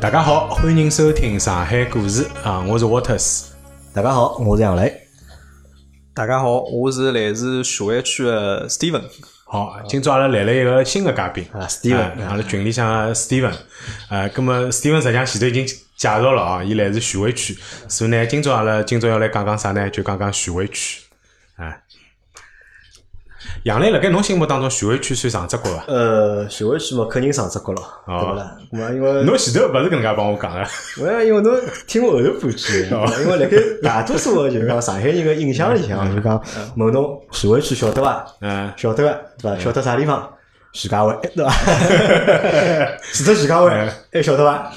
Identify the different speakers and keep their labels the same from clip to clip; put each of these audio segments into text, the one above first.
Speaker 1: 大家好，欢迎收听《上海故事》啊，我是 Waters。
Speaker 2: 大家好，我是杨磊。
Speaker 3: 大家好，我是来自徐汇区的 Steven。
Speaker 1: 好，今朝阿拉来了一个新的嘉宾
Speaker 2: 啊，Steven，
Speaker 1: 哎阿拉群里向的 Steven，呃，那么 Steven 实际上前头已经介绍了啊，伊来自徐汇区，所以呢，今朝阿拉今朝要来讲讲啥呢？就讲讲徐汇区，哎，杨澜辣盖侬心目当中，徐汇区算长只国伐？
Speaker 2: 呃，徐汇区嘛，肯定上只角了，对
Speaker 1: 哦
Speaker 2: 不啦？咾么 因为，
Speaker 1: 侬前头勿是搿能介帮我讲的，
Speaker 2: 我要因为侬听我后头半句，
Speaker 1: 哦
Speaker 2: 因为辣盖大多数的就是讲上海人的印象里向，就讲问侬徐汇区晓得伐？
Speaker 1: 嗯，
Speaker 2: 晓得个对伐？晓得啥地方？徐家汇 对伐？除脱徐家汇
Speaker 1: 嗯
Speaker 2: 还晓得伐？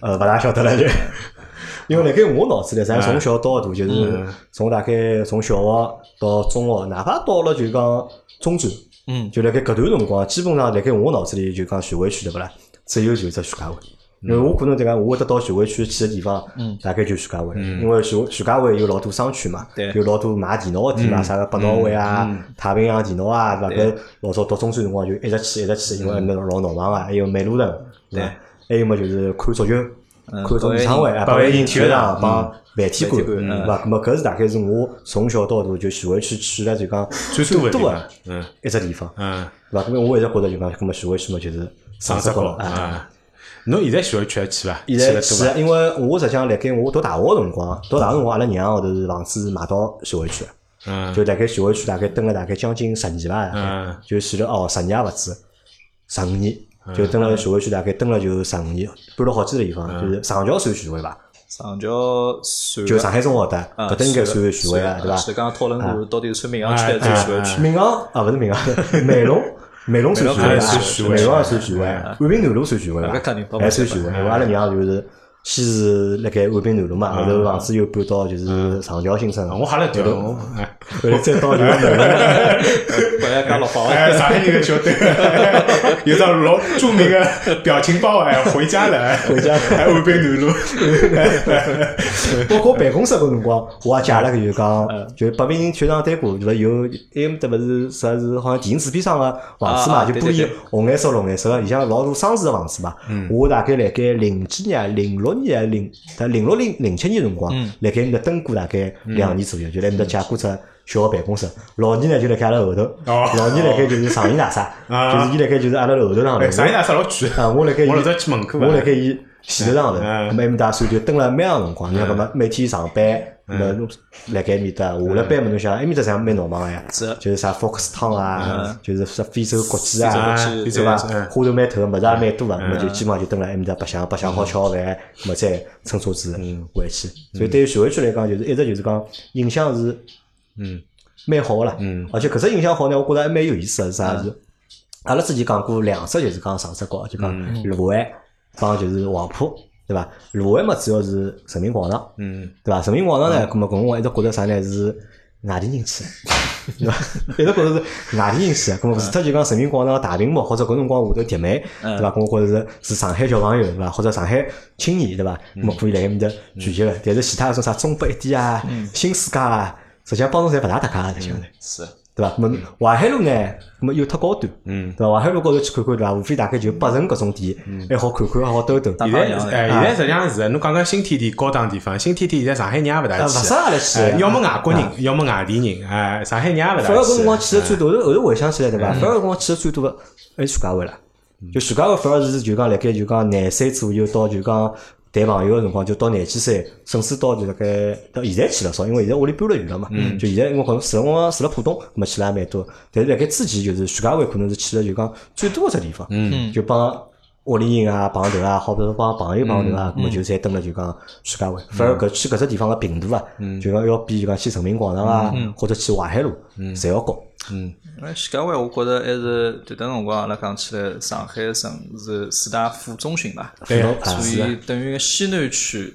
Speaker 2: 呃，勿大晓得了就。因为辣盖我脑子里，实际上
Speaker 3: 哎
Speaker 2: 从小到大
Speaker 3: 嗯
Speaker 2: 就是从大概从小学到中学，哪怕到了就讲中专，
Speaker 3: 嗯，
Speaker 2: 就辣盖搿段辰光，基本上辣盖我脑子里就讲徐汇区对勿啦？只有就只徐家汇。
Speaker 3: 嗯
Speaker 2: 因为我可能就讲，我会得到徐汇区去个地方，大概就徐家汇，因为徐徐家汇有老多商圈嘛，
Speaker 3: 嗯对嗯
Speaker 2: 有老多卖电脑个地方，啥个百脑汇啊、太平洋电脑啊，对伐？搿老早读中专辰光就一直去一直
Speaker 3: 嗯
Speaker 2: 去，因为那老闹忙啊，还有美路城，对伐？还有么就是看足球，
Speaker 3: 嗯
Speaker 2: 看足演唱会
Speaker 1: 百
Speaker 2: 啊，百
Speaker 1: 万
Speaker 2: 万
Speaker 1: 人
Speaker 2: 人
Speaker 1: 体
Speaker 2: 体
Speaker 1: 育
Speaker 2: 育
Speaker 1: 场
Speaker 2: 场帮万体馆，
Speaker 3: 万体馆嗯
Speaker 2: 对伐？搿么搿是大概是我从小到大就徐汇区去了就讲
Speaker 1: 最多
Speaker 2: 最
Speaker 1: 的地
Speaker 2: 多
Speaker 1: 方
Speaker 2: 个，
Speaker 1: 嗯
Speaker 2: 一只地方，
Speaker 1: 嗯，
Speaker 2: 对伐？搿么我一直觉着就讲，搿么徐汇区嘛就是
Speaker 1: 长只
Speaker 2: 只
Speaker 1: 国
Speaker 2: 角啊。
Speaker 1: 啊。侬现在徐汇区还去伐？
Speaker 2: 现
Speaker 1: 去
Speaker 2: 在
Speaker 1: 了啊
Speaker 2: 去
Speaker 1: 多伐？，
Speaker 2: 因为我实际上辣盖我读大学个辰光，啊读大学辰光，阿拉娘后头是房子买到徐汇区，
Speaker 1: 嗯
Speaker 2: 就辣盖徐汇区大概蹲了大概将近十年吧，
Speaker 1: 嗯
Speaker 2: 就去了哦，十年也勿止，十五年，就蹲了徐汇区大概蹲了就十五年，搬了好几个地方，就是上桥算徐汇伐？
Speaker 3: 上桥算
Speaker 2: 就上海中学的，
Speaker 3: 啊
Speaker 2: 搿搭应该算徐汇啊，对哎伐？
Speaker 3: 是刚刚讨论过，到底算闵行区还是
Speaker 1: 啊
Speaker 3: 算徐汇
Speaker 1: 啊
Speaker 3: 区？
Speaker 2: 闵行啊，勿 是闵行，美容。美容算徐汇
Speaker 1: 美
Speaker 2: 啊
Speaker 1: 容算徐，汇
Speaker 2: 美容也算徐汇，安平南路算徐汇
Speaker 3: 啊
Speaker 2: 吧
Speaker 3: 搿肯定，
Speaker 2: 还算徐汇。因啊为阿拉娘就是先是辣盖安平南路嘛，后头房子又搬到就是长桥新村，
Speaker 1: 啊
Speaker 2: 后
Speaker 1: 我吓了一跳，我哎
Speaker 2: 头再到就是美容。
Speaker 3: 不要讲老啊房
Speaker 1: 哎，上海人都晓得， 有张老著名的表情包哎，回家了，回 家了，哦还安平南路，
Speaker 2: 包括办公室搿辰光，我也借了个就是讲，就是北平体育场对过，就是有埃面搭勿是啥是好像电影制片商个房子
Speaker 3: 啊
Speaker 2: 嘛，
Speaker 3: 啊
Speaker 2: 就
Speaker 3: 对
Speaker 2: 玻璃
Speaker 3: 对对
Speaker 2: 红颜色、绿颜色个，里向老多商住个房子嘛。我大概辣盖零几年、零六年、还是零但零六零零七年辰光，辣盖埃面搭蹲过大概两年左右，就辣埃面搭借过只小个办公室。老二呢就辣盖阿拉后头，
Speaker 1: 哦
Speaker 2: 老二辣盖就是上衣大厦，
Speaker 1: 啊
Speaker 2: 就是伊辣盖就是阿拉后头浪头
Speaker 1: 哎，。上一大啥老贵
Speaker 2: 啊，我辣盖伊
Speaker 1: 我老早去问过啊
Speaker 2: 我辣盖伊前头上头，
Speaker 1: 嗯
Speaker 2: 咁么埃面搭算就蹲了蛮长辰光，你看搿么每天上班，咁么侬辣盖埃面搭，下了班么侬想埃面搭实际上蛮闹忙个呀，
Speaker 3: 是
Speaker 2: 就是啥 Fox 汤啊，就是啥非洲国际啊
Speaker 3: 非洲国，际
Speaker 1: 啊，
Speaker 3: 对
Speaker 1: 你
Speaker 2: 对
Speaker 1: 走
Speaker 2: 伐？
Speaker 1: 吧，
Speaker 2: 花
Speaker 1: 嗯
Speaker 2: 头蛮头，物事也蛮多个，咁么就基本上就蹲辣埃面搭白相，白相好吃好饭，咁么再乘车子
Speaker 1: 嗯
Speaker 2: 回去。所以对于徐汇区来讲，就是一直就是讲印象是
Speaker 1: 嗯
Speaker 2: 蛮好个啦。
Speaker 1: 嗯
Speaker 2: 而且搿只印象好呢，我觉着还蛮有意思个是啥是？阿拉之前讲过两只，就是讲上只角，就讲
Speaker 1: 嗯
Speaker 2: 卢湾帮就是黄埔，对伐？卢湾嘛，主要是人民广场，
Speaker 1: 嗯，
Speaker 2: 对伐？人民广场呢，搿么搿辰光一直觉着啥呢是外地人去的， 对伐？一直觉着是外地人去的，搿么
Speaker 1: 嗯
Speaker 2: 除脱就讲人民广场大屏幕或者搿辰光下头叠眉，对伐？搿我觉着是是上海小朋友对伐？或者上海青年对伐？
Speaker 1: 嗯
Speaker 2: 搿么可以辣埃面搭聚集了，但是其他种啥中北一点啊、
Speaker 1: 嗯
Speaker 2: 新世界啊，实际上帮侬侪勿大搭界的，实际上呢。
Speaker 3: 是
Speaker 2: 对伐？咁淮海路呢，咁又忒高端，
Speaker 1: 嗯
Speaker 2: 对伐？淮海路高头去看看，对伐？无非大概就北城搿种店，还好看看，还好兜兜。
Speaker 3: 大
Speaker 1: 现
Speaker 3: 排
Speaker 1: 在
Speaker 3: 档
Speaker 1: 是
Speaker 3: 啊
Speaker 1: 哎，现在实际上是的，侬讲讲新天地高档地方，新天地现在上海人也勿大
Speaker 2: 啊
Speaker 1: 去，
Speaker 2: 勿啥阿拉去
Speaker 1: 哎
Speaker 2: 啊
Speaker 1: 要么外国人，要么外地人，哎，上海人也勿大去。嗯
Speaker 2: 反而搿辰光去的最多，后头后头回想起来，对伐？反而搿辰光去的最多个还是徐家汇啦。就徐家汇反而是就讲辣盖就讲廿三左右到就讲谈朋友个辰光，就到廿几岁，甚至到就大概到现在去了少，因为现在屋里搬了远了嘛。
Speaker 1: 嗯
Speaker 2: 就现在因为可能住了我住了浦东，咁么去了也蛮多。但是辣盖之前就是徐家汇可能是去了就讲最多个只地方，
Speaker 1: 嗯
Speaker 2: 就帮。屋里人啊，碰头啊，好比说帮朋友碰头
Speaker 3: 嗯
Speaker 2: 啊，咁么就侪蹲了就讲徐家汇。反而搿去搿只地方个频度啊，
Speaker 3: 嗯
Speaker 2: 就讲要比就讲去人民广场啊，或者去淮海路，
Speaker 3: 嗯
Speaker 2: 侪要高。
Speaker 3: 因为徐家汇，我觉着还是迭段辰光，阿拉讲起来，上海城是四大副中心吧，
Speaker 1: 对啊
Speaker 2: 啊
Speaker 3: 所以等于西南区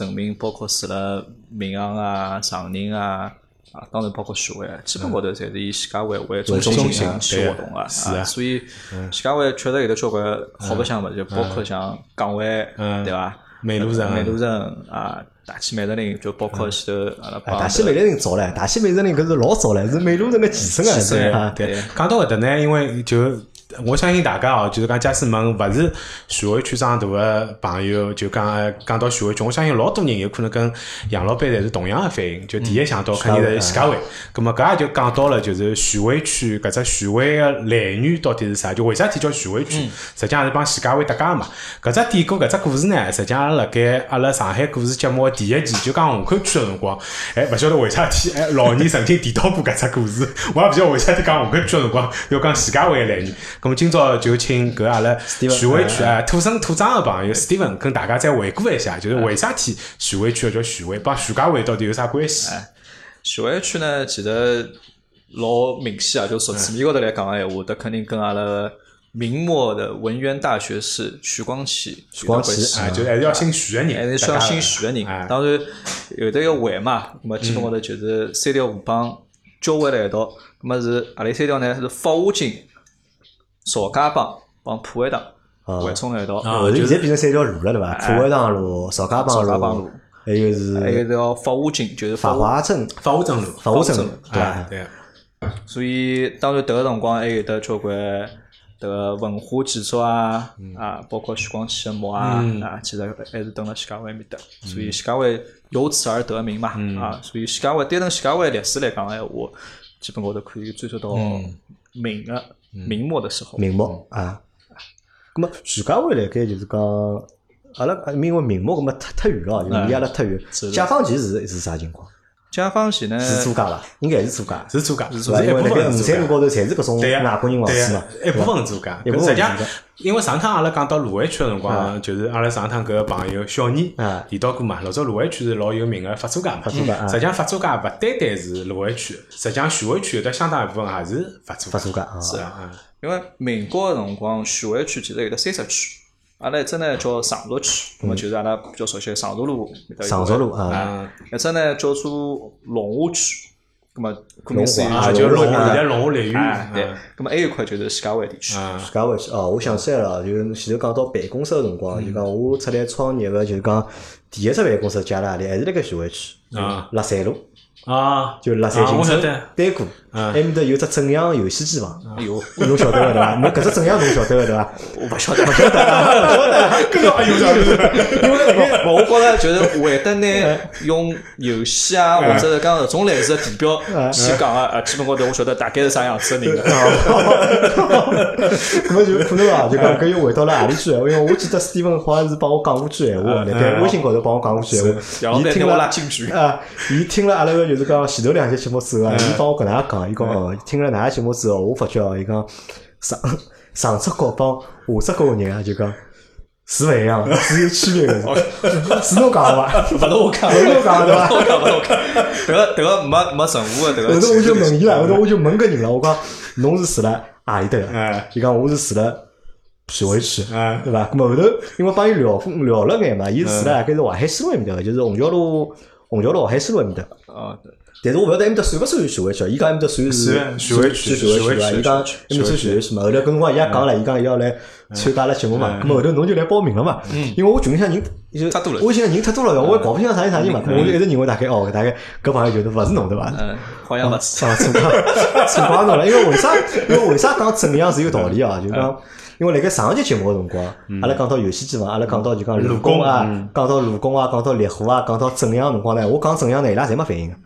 Speaker 3: 人民包括住了闵行啊、长宁啊，啊，当然包括徐汇，基本高头侪是以徐家汇为中
Speaker 1: 中
Speaker 3: 心
Speaker 1: 心
Speaker 3: 啊
Speaker 1: 嗯
Speaker 3: 去
Speaker 1: 对
Speaker 3: 活动啊，
Speaker 1: 是啊
Speaker 3: 啊，所以徐家汇确实有得交关好白相物事，就包括像港湾，
Speaker 1: 嗯
Speaker 3: 对伐？
Speaker 1: 美路城
Speaker 3: 美路城啊，大气美特林，就包括前头
Speaker 1: 嗯
Speaker 3: 阿拉
Speaker 1: 啊
Speaker 3: 帮
Speaker 2: 大西美兰人早唻，大西美兰人搿是老早唻，是美路城个前身啊，
Speaker 3: 前身
Speaker 2: 对
Speaker 3: 啊
Speaker 2: 啊。
Speaker 1: 对，讲到搿搭呢，因为就我相信大家哦，就是讲，假使问勿是徐汇区长大的朋友，就讲呃讲到徐汇区，我相信老多人有可能跟杨老板侪是同样的反应，就第一想到肯定是徐家
Speaker 2: 嗯
Speaker 1: 汇。咁么搿也就讲到了，就是徐汇区搿只徐汇个来源到底是啥？就为啥体叫徐汇区？
Speaker 3: 嗯
Speaker 1: 实际上是帮徐家汇搭界嘛。搿只典故搿只故事呢，实际上辣盖阿拉上海故事节目的第一期，就讲虹口区个辰光，哎，勿晓得为啥体，哎，老年曾经提到过搿只故事， 我也勿晓得为啥体讲虹口区个辰光要讲徐家汇个来源。咁么今朝就请搿阿拉
Speaker 2: Steven，
Speaker 1: 徐汇区
Speaker 3: 哎
Speaker 1: 啊土生土长个朋友 Steven 跟大家再回顾一下，就是
Speaker 3: 哎
Speaker 1: 为啥体徐汇区要叫徐汇，帮徐家汇到底有啥关系？
Speaker 3: 哎徐汇区呢，其实老明显啊，就从字面高头来讲个闲话，迭肯定跟阿拉明末的文渊大学士徐光启有
Speaker 2: 光
Speaker 3: 得关
Speaker 2: 启
Speaker 3: 系
Speaker 1: 啊，就是还是要姓徐个
Speaker 3: 还
Speaker 1: 人，
Speaker 3: 是需要
Speaker 1: 大家
Speaker 3: 姓徐个
Speaker 1: 哎
Speaker 3: 人。当然有的要还嘛，咁么基本高头就是三条河浜交汇辣一道，咁么是何里三条呢？是法华经、邵家浜帮浦惠堂
Speaker 2: 啊
Speaker 3: 汇冲辣一道，哎
Speaker 1: 啊
Speaker 2: 后头
Speaker 1: 就是
Speaker 2: 现在变成三条路了，对伐？浦惠堂路、邵家浜
Speaker 3: 邵家浜路
Speaker 2: 还有
Speaker 3: 还
Speaker 2: 是
Speaker 3: 有条法华经，就是
Speaker 2: 法
Speaker 3: 法华
Speaker 2: 华镇、
Speaker 1: 法务正路，
Speaker 2: 法华镇
Speaker 3: 法华镇，哎
Speaker 2: 对
Speaker 1: 啊
Speaker 2: 伐？
Speaker 1: 对。
Speaker 3: 所以当然迭个辰光还有得交关迭个文化建筑啊，
Speaker 2: 嗯
Speaker 3: 啊，包括徐光启的墓啊，啊，其实还是蹲辣徐家汇埃面搭，
Speaker 2: 嗯
Speaker 3: 所以徐家汇由此而得名嘛，啊，所以徐家汇单从徐家汇历史来讲个闲话，基本高头可以追溯到明个明末的时候，
Speaker 2: 嗯明目
Speaker 1: 嗯
Speaker 2: 啊。咁么徐家汇辣盖就是讲，阿拉因为明目咁么太太远了，
Speaker 1: 哎
Speaker 2: 就离阿拉太远。
Speaker 3: 是的
Speaker 2: 解放前是是啥情况？
Speaker 3: 解放前呢，
Speaker 2: 是租界伐？应该是租界，
Speaker 1: 哎是租界，是
Speaker 2: 是伐？
Speaker 1: 一
Speaker 2: 因为
Speaker 1: 部
Speaker 2: 辣盖
Speaker 1: 分
Speaker 2: 五
Speaker 1: 是租
Speaker 2: 三
Speaker 1: 界
Speaker 2: 路。高头侪是搿种
Speaker 1: 对呀，
Speaker 2: 外国人房
Speaker 1: 对呀
Speaker 2: 子嘛，
Speaker 1: 一部
Speaker 2: 对伐
Speaker 1: 分租界。
Speaker 2: 一部
Speaker 1: 搿
Speaker 2: 分
Speaker 1: 实际上
Speaker 2: 是租界，
Speaker 1: 因为上趟阿拉讲到卢湾区个辰光，就是阿拉上趟搿个朋友小倪
Speaker 2: 啊
Speaker 1: 提到过嘛，老早卢湾区是老有名个法租界嘛。
Speaker 2: 租界啊
Speaker 1: 嗯实际上法租界勿单单是卢湾区，实际上徐汇区有得相当一部分也是法租
Speaker 2: 法租界啊。
Speaker 1: 是啊，嗯
Speaker 3: 因为民国个辰光，徐汇区其实有得三只区，阿拉一只呢叫常熟区，那么就是阿拉比较熟悉的常熟路，
Speaker 2: 常嗯熟路啊，
Speaker 1: 嗯，
Speaker 3: 一只呢叫做龙华区，那么顾名思义
Speaker 2: 龙华
Speaker 1: 啊，
Speaker 3: 就
Speaker 1: 就是龙
Speaker 2: 啊
Speaker 1: 现在龙华丽苑，
Speaker 3: 哎对
Speaker 1: 嗯，
Speaker 3: 那么还有一块就是徐家汇地区，
Speaker 1: 嗯
Speaker 2: 徐家汇区哦，我想起来了，就是前头讲到办公室个辰
Speaker 1: 嗯
Speaker 2: 光，就讲我出来创业个，就是讲第一只办公室借了阿里，还是辣盖徐汇区，
Speaker 1: 啊
Speaker 2: 乐山路，
Speaker 1: 啊，
Speaker 2: 嗯就乐山
Speaker 1: 啊
Speaker 2: 新
Speaker 1: 我晓
Speaker 2: 村
Speaker 1: 得
Speaker 2: 单股，
Speaker 1: 嗯
Speaker 2: 埃面搭有只正阳游戏机房，
Speaker 3: 哎呦，
Speaker 2: 侬晓得个对 伐？侬搿只正阳侬晓得啊个对伐？
Speaker 3: 我不晓得，
Speaker 1: 搿个 哎呦，啥事？
Speaker 3: 因为我我觉着就是会得拿用游戏啊，或者是讲搿种类似的地标去讲啊，啊，基本高头我晓得大概是啥样子的人了，
Speaker 2: 咁么就可能啊，就讲搿又回到了何里句闲话？因为我记得 Steven 好像是帮我讲过句闲话，辣盖微信高头帮我讲过句闲
Speaker 3: 啊然
Speaker 2: 话。
Speaker 3: 后
Speaker 2: 伊
Speaker 3: 再
Speaker 2: 听
Speaker 3: 拿我拉
Speaker 2: 了
Speaker 3: 进去，
Speaker 2: 啊，伊听了阿拉个就是讲前头两期节目之后啊，伊帮我搿能介讲，伊讲
Speaker 3: 啊
Speaker 2: 哦，听了哪节目之后，我发觉哦，伊讲上上只角帮下只角个人啊，就讲是勿一样，是有区 别
Speaker 3: 哦
Speaker 2: 个，是侬讲个伐？
Speaker 3: 勿是我讲
Speaker 2: 勿是侬讲个对伐？
Speaker 3: 我讲勿是我讲，迭个迭个没没任何的迭个
Speaker 2: 后头我
Speaker 3: 歧视
Speaker 2: 就
Speaker 3: 的地
Speaker 2: 问
Speaker 3: 区，
Speaker 2: 伊了，后头我就问搿人了，我讲侬是住辣何里搭个
Speaker 1: 哎？
Speaker 2: 伊讲我是住辣徐汇区，
Speaker 1: 哎
Speaker 2: 对伐？咁么后头因为帮伊聊过聊了眼嘛，伊是住辣大概是淮海西路埃面搭个，就是虹桥路虹桥路淮海西路埃面搭。
Speaker 3: 哦，
Speaker 2: 但是我勿晓得埃面搭算勿算徐汇区啊？伊讲埃面搭算是
Speaker 1: 算徐汇区
Speaker 2: 徐汇
Speaker 1: 徐汇
Speaker 2: 区伐？
Speaker 1: 区
Speaker 2: 伊讲埃面搭算徐汇区嘛。后头搿辰光伊也讲了，伊讲伊要来参加阿拉节目嘛。咁么后头侬就来报名了嘛？因为我群里向人就
Speaker 3: 太多了
Speaker 2: 我群里向人太多了，我也搞勿清爽啥人啥人嘛。咁么我就一直认为大概哦，大概搿朋友就是勿是侬对伐？
Speaker 3: 嗯，好像勿是。
Speaker 2: 啊，扯光扯光侬了，因为为啥？因为为啥讲正样是有道理啊？就是讲，因为辣盖上一节节目个辰光，阿拉讲到游戏机房，阿拉讲到就讲
Speaker 1: 鲁
Speaker 2: 鲁
Speaker 1: 工
Speaker 2: 工啊，讲到鲁工啊，讲到猎户啊，讲到正样辰光呢，我讲正样呢，伊拉侪没反应个。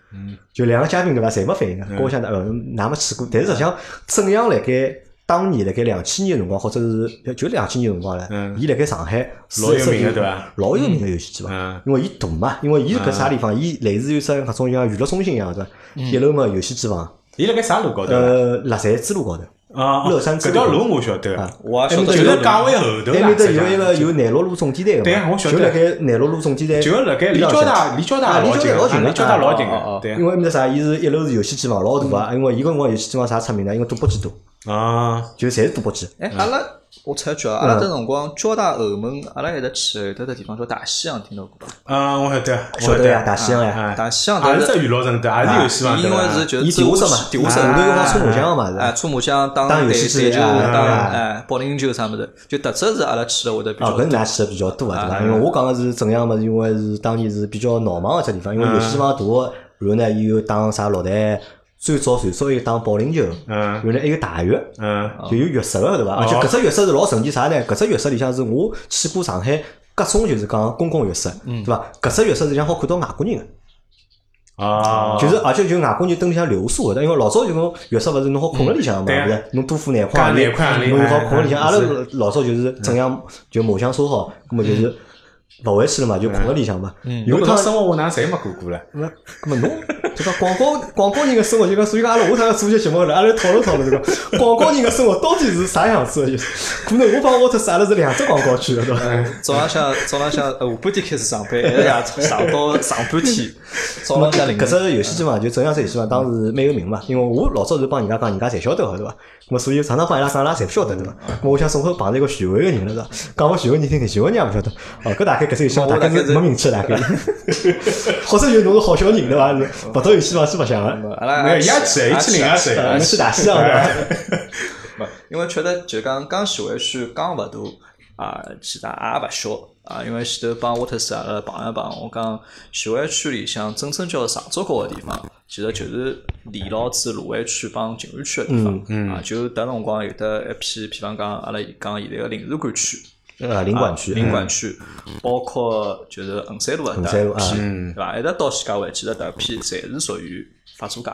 Speaker 2: 就两个嘉宾对伐，侪没反应个。搿我想呃，哪没去过？但是实际上正样辣盖。当年辣盖两千年个辰光，或者是就两千年个辰光呢
Speaker 1: 嗯，
Speaker 2: 伊辣盖上海是
Speaker 1: 老有
Speaker 2: 一只
Speaker 1: 名的
Speaker 2: 有
Speaker 1: 对伐
Speaker 2: 老有名个游戏 机房，
Speaker 1: 嗯
Speaker 2: 因为伊大嘛，因为伊是搿
Speaker 1: 啊
Speaker 2: 啥地方，伊类似于只搿种像娱乐中心一样的
Speaker 1: 嗯
Speaker 2: 一楼嘛游戏机房，
Speaker 1: 伊辣盖啥路高头啊？
Speaker 2: 呃，乐山之路高头，
Speaker 1: 啊，
Speaker 2: 呃乐山之
Speaker 1: 搿
Speaker 2: 路
Speaker 1: 条路我晓得
Speaker 2: 啊
Speaker 1: 哎个，
Speaker 3: 我也
Speaker 2: 埃
Speaker 3: 晓
Speaker 2: 面
Speaker 1: 就
Speaker 2: 搭
Speaker 3: 得
Speaker 2: 有
Speaker 1: 是
Speaker 2: 一
Speaker 1: 解
Speaker 2: 个
Speaker 1: 放后头啦。
Speaker 2: 埃面搭
Speaker 1: 实际
Speaker 2: 有
Speaker 1: 上
Speaker 2: 一个有南罗路总店
Speaker 1: 啊对
Speaker 2: 台
Speaker 1: 啊
Speaker 2: 个
Speaker 1: 我
Speaker 2: 嘛，
Speaker 1: 晓
Speaker 2: 就
Speaker 1: 得
Speaker 2: 辣盖南罗路总店台，
Speaker 1: 就辣盖
Speaker 2: 伊
Speaker 1: 离
Speaker 2: 拉
Speaker 1: 交大，离交大
Speaker 2: 啊
Speaker 1: 也
Speaker 2: 离
Speaker 1: 老近个啊离
Speaker 2: 交大老近个
Speaker 1: 交大老
Speaker 2: 啊
Speaker 1: 近
Speaker 3: 啊啊
Speaker 1: 个
Speaker 3: 啊，
Speaker 1: 对啊嗯
Speaker 2: 因为埃面搭啥，伊是一楼是游戏机房，老大啊，因为伊搿辰光游戏机房啥出名呢？因为赌博机多，
Speaker 1: 啊，
Speaker 2: 就侪是赌博机。
Speaker 3: 哎，阿拉我插一句啊，阿拉搿辰光交大后门，阿拉一直去有得只地方叫大西洋，听到过伐？
Speaker 1: 嗯，我晓得，我
Speaker 2: 晓得呀，啊大
Speaker 1: 得，
Speaker 2: 西洋呀，
Speaker 1: 哎
Speaker 3: 啊大西洋
Speaker 1: 也
Speaker 3: 但
Speaker 1: 是
Speaker 3: 是
Speaker 1: 只娱乐城的，也是游戏
Speaker 2: 啊
Speaker 1: 房
Speaker 3: 因
Speaker 1: 对
Speaker 3: 为
Speaker 1: 伐
Speaker 3: 是就
Speaker 2: 伊
Speaker 3: 是
Speaker 2: 地下室嘛，
Speaker 3: 地下室
Speaker 2: 啊后头有
Speaker 3: 嘛
Speaker 2: 光搓麻将嘛，
Speaker 3: 哎，
Speaker 2: 是。
Speaker 3: 搓麻将、打
Speaker 2: 打游
Speaker 3: 台
Speaker 2: 戏机
Speaker 3: 球、
Speaker 2: 啊
Speaker 3: 打
Speaker 2: 啊
Speaker 3: 哎保龄球啥物事，就特指是阿拉去了会得比
Speaker 2: 啊，
Speaker 3: 较
Speaker 2: 搿㑚去的比较多啊，对伐？因为我讲个是正阳嘛，因
Speaker 1: 啊
Speaker 2: 为是当年是比较闹忙个只地方，因为游戏房大，然后呢又有打啥落台、最早传说有打保龄球，
Speaker 1: 嗯
Speaker 2: 原来还有大浴，
Speaker 1: 嗯
Speaker 2: 就有浴室个对伐？而且
Speaker 1: 哦
Speaker 2: 搿只浴室是老神奇啥呢？搿只浴室里向是我去过上海各种就是讲公共浴室，
Speaker 1: 嗯
Speaker 2: 对伐？搿只浴室里向好看到外国人个。
Speaker 1: 啊，
Speaker 2: 就是而且就外国人蹲里向流苏的，因为老早就侬浴室勿是侬好困辣里向嘛，
Speaker 1: 对啊
Speaker 2: 勿是侬多付廿块洋钿
Speaker 1: 加廿块洋钿
Speaker 2: 侬好
Speaker 1: 哎
Speaker 2: 困辣里向。
Speaker 1: 哎
Speaker 2: 阿拉
Speaker 1: 是嗯
Speaker 2: 老早就是正样就梦想收好，葛么就是勿回去了嘛，就困辣里向嘛。有
Speaker 1: 有
Speaker 2: 一
Speaker 1: 趟
Speaker 2: 趟
Speaker 1: 生活我哪侪没过过了，
Speaker 2: 那葛么侬就讲广告 广告人的生活，就讲所以讲阿拉下趟要做些节目了，阿拉讨论讨论这个广告人的生活到底是啥样子的？就是可能我帮沃特斯阿拉是两只广告区的，对伐？
Speaker 3: 早浪向早浪向呃下半天开始上班，一直夜上到上半天，早浪向凌
Speaker 2: 搿
Speaker 3: 晨。
Speaker 2: 只游戏机嘛，就正样只游戏嘛，当时蛮有名嘛。因为我老早是帮人家讲，人家侪晓得个对伐？咾么所以常常帮伊拉讲，伊拉侪勿晓得对伐？咾么我想正好碰着一个徐汇个人了是伐？讲我徐汇人听听，徐汇人也勿晓得。哦，搿大概搿只游戏嘛，
Speaker 3: 我
Speaker 2: 大概
Speaker 3: 大概
Speaker 2: 是
Speaker 3: 是
Speaker 2: 没名气大概。好在有侬是好小人对伐？勿到游戏嘛是白相
Speaker 3: 嗯
Speaker 2: 个。
Speaker 3: 阿拉
Speaker 1: 没有
Speaker 3: 也
Speaker 1: 压起来，一起领压起
Speaker 3: 嗯
Speaker 2: 呃，
Speaker 1: 来
Speaker 2: 侬，去大西洋对伐？
Speaker 3: 不，因为觉得就讲刚徐汇区讲勿大啊，其他也勿小啊。因为前头帮沃特斯阿拉碰一碰，我讲徐汇区里向真正叫上早高个地方，其实就是李老子卢湾区帮静安区个地方、啊。就迭辰光有得一批，譬方讲阿拉讲现在个领事馆区。
Speaker 2: 呃，领馆区，
Speaker 3: 啊领馆区，包括就是衡山路搿搭
Speaker 2: 衡山路啊
Speaker 3: 片，
Speaker 1: 嗯
Speaker 3: 对伐？一直到徐家汇，其实搿片侪是属于法租界。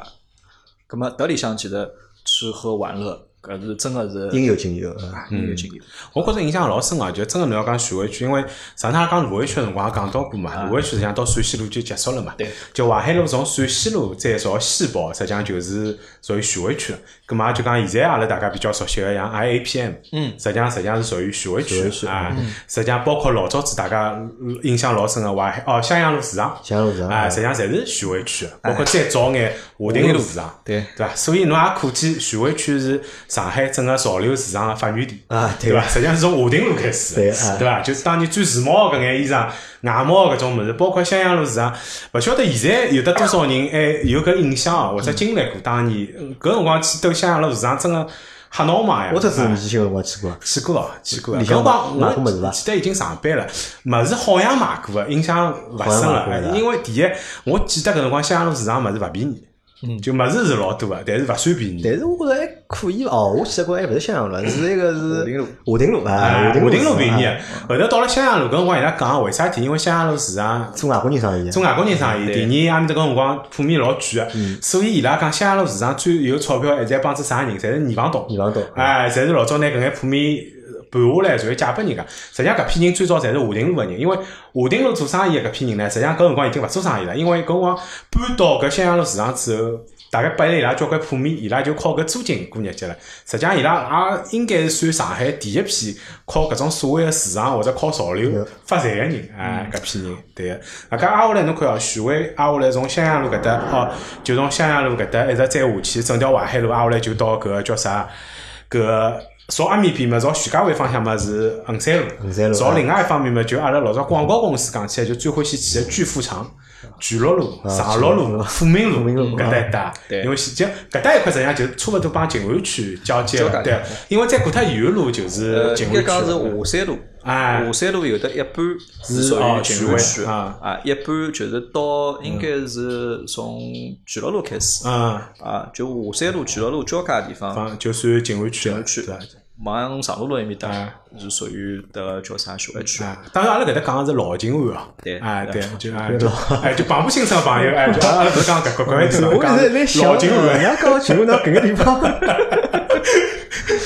Speaker 3: 葛末迭里向其实吃喝玩乐，搿是真个是啊
Speaker 2: 应有尽有。
Speaker 1: 嗯
Speaker 2: 呃
Speaker 3: 应有尽有。
Speaker 1: 我觉着印象老深啊，就真个侬要讲徐汇区，因为上趟讲卢湾区个辰光也讲到过嘛，卢湾区实际上到陕西路就结束了嘛。
Speaker 3: 对。
Speaker 1: 就淮海路从陕西路再朝西跑，实际上就是属于徐汇区了。咁嘛，就讲现在阿拉大家比较熟悉个像 IAPM，
Speaker 3: 嗯
Speaker 1: 实际上实际上是属于徐汇
Speaker 2: 徐汇
Speaker 1: 区
Speaker 2: 区
Speaker 1: 啊。实际上包括老早子大家呃印象老深个淮海哦襄阳路市场，
Speaker 2: 襄阳路市场
Speaker 1: 啊，
Speaker 2: 啊
Speaker 1: 实际上侪是徐汇区，包括再早眼华亭路市场，
Speaker 3: 对
Speaker 1: 对伐？所以侬也可见徐汇区是上海整个潮流市场个发源地
Speaker 2: 啊对
Speaker 1: 对伐？实际上是从华亭路开始的，
Speaker 2: 对啊
Speaker 1: 对伐？就是当年最时髦的搿眼衣裳、外贸的搿种物事，包括襄阳路市场，啊勿晓得现在有得多少人还哎有搿印象啊，或者经历过当年嗯搿辰光去兜襄阳路市场，真个瞎闹嘛呀！
Speaker 2: 我特斯
Speaker 1: 啊
Speaker 2: 年纪小个辰光
Speaker 1: 去
Speaker 2: 去过，
Speaker 1: 过哦，去过啊。
Speaker 2: 里
Speaker 1: 搿辰
Speaker 2: 向
Speaker 1: 光
Speaker 2: 买过物事
Speaker 1: 我
Speaker 2: 伐
Speaker 1: 记得已经上班了，物事好像买过个，啊印象勿深
Speaker 2: 好像买
Speaker 1: 了
Speaker 2: 过。的
Speaker 1: 因为第一，我记得搿辰光襄阳路市场物事勿便宜，就物事是老多个，但是勿算便宜。
Speaker 2: 但是我觉着还可以哦。我去过还勿是襄阳路，是一个是
Speaker 3: 华亭路
Speaker 2: 华亭路啊，
Speaker 1: 啊，华亭路
Speaker 2: 市
Speaker 1: 便
Speaker 2: 场
Speaker 1: 宜
Speaker 2: 啊，。
Speaker 1: 后头到了襄阳路搿辰光，伊拉讲为啥体？因为襄阳路市场
Speaker 2: 做外国人生意。
Speaker 1: 做外国人生意，
Speaker 3: 对
Speaker 1: 第二阿面搭搿辰光铺面老贵个，所以伊拉讲襄阳路市场最有钞票一在帮子啥人，侪是二房东。
Speaker 2: 地方多。
Speaker 1: 哎，侪是老早拿搿眼铺面盘下来，然后借拨人家。实际上搿批人最早侪是华亭路个人，因为华亭路做生意个搿批人呢，实际上搿辰光已经勿做生意了，因为搿辰光搬到搿襄阳路市场之后。大概拨了伊拉交关铺面，伊拉就靠搿租金过日脚了。实际上，伊拉也应该是算上海第一批靠搿种所谓个市场或者靠潮流发财个人，哎，搿批人对个。啊，搿挨下来侬看哦，徐汇挨下来从襄阳路搿搭哦，就从襄阳路搿搭一直再下去，整条淮海路挨下来就到搿个叫啥？搿个朝阿面边嘛，朝徐家汇方向嘛是衡山路，
Speaker 2: 衡山路
Speaker 1: 朝
Speaker 2: 啊
Speaker 1: 另外一方面嘛，就阿拉老早广告公司讲起来，就最欢喜去个巨富场、啊巨鹿路、长乐路、富民路啊搿搭一带，
Speaker 3: 对
Speaker 1: 因为其实搿搭一块实际上就差勿多帮静安区交接
Speaker 3: 交
Speaker 1: 了，
Speaker 3: 界
Speaker 1: 对，啊因为再过脱沿路就
Speaker 3: 呃，
Speaker 1: 是
Speaker 3: 应
Speaker 1: 静
Speaker 3: 该
Speaker 1: 安区
Speaker 3: 讲是
Speaker 1: 了。
Speaker 3: 华山路，
Speaker 1: 哎
Speaker 3: 华山路有得一半是
Speaker 1: 是
Speaker 3: 属
Speaker 1: 哦
Speaker 3: 于静安
Speaker 1: 徐
Speaker 3: 区
Speaker 1: 汇啊
Speaker 3: 啊，一半就是到应该是从巨鹿路开始
Speaker 1: 嗯，
Speaker 3: 啊，就华山路、巨鹿路交界个地方，
Speaker 1: 方就算静安区了，
Speaker 3: 安区
Speaker 1: 对吧
Speaker 3: 往侬长乐路埃面
Speaker 1: 哎
Speaker 3: 搭是属于迭个叫啥徐汇区。
Speaker 1: 啊，当然阿拉搿搭讲个是老静安哦，
Speaker 3: 对
Speaker 1: 哎对，就哎就哎就旁不清楚朋友，哎就阿拉勿讲搿搿搿一
Speaker 2: 我
Speaker 1: 种，讲
Speaker 2: 现在在想，
Speaker 1: 老静安啊
Speaker 2: 人。家刚刚去过到搿个 地方，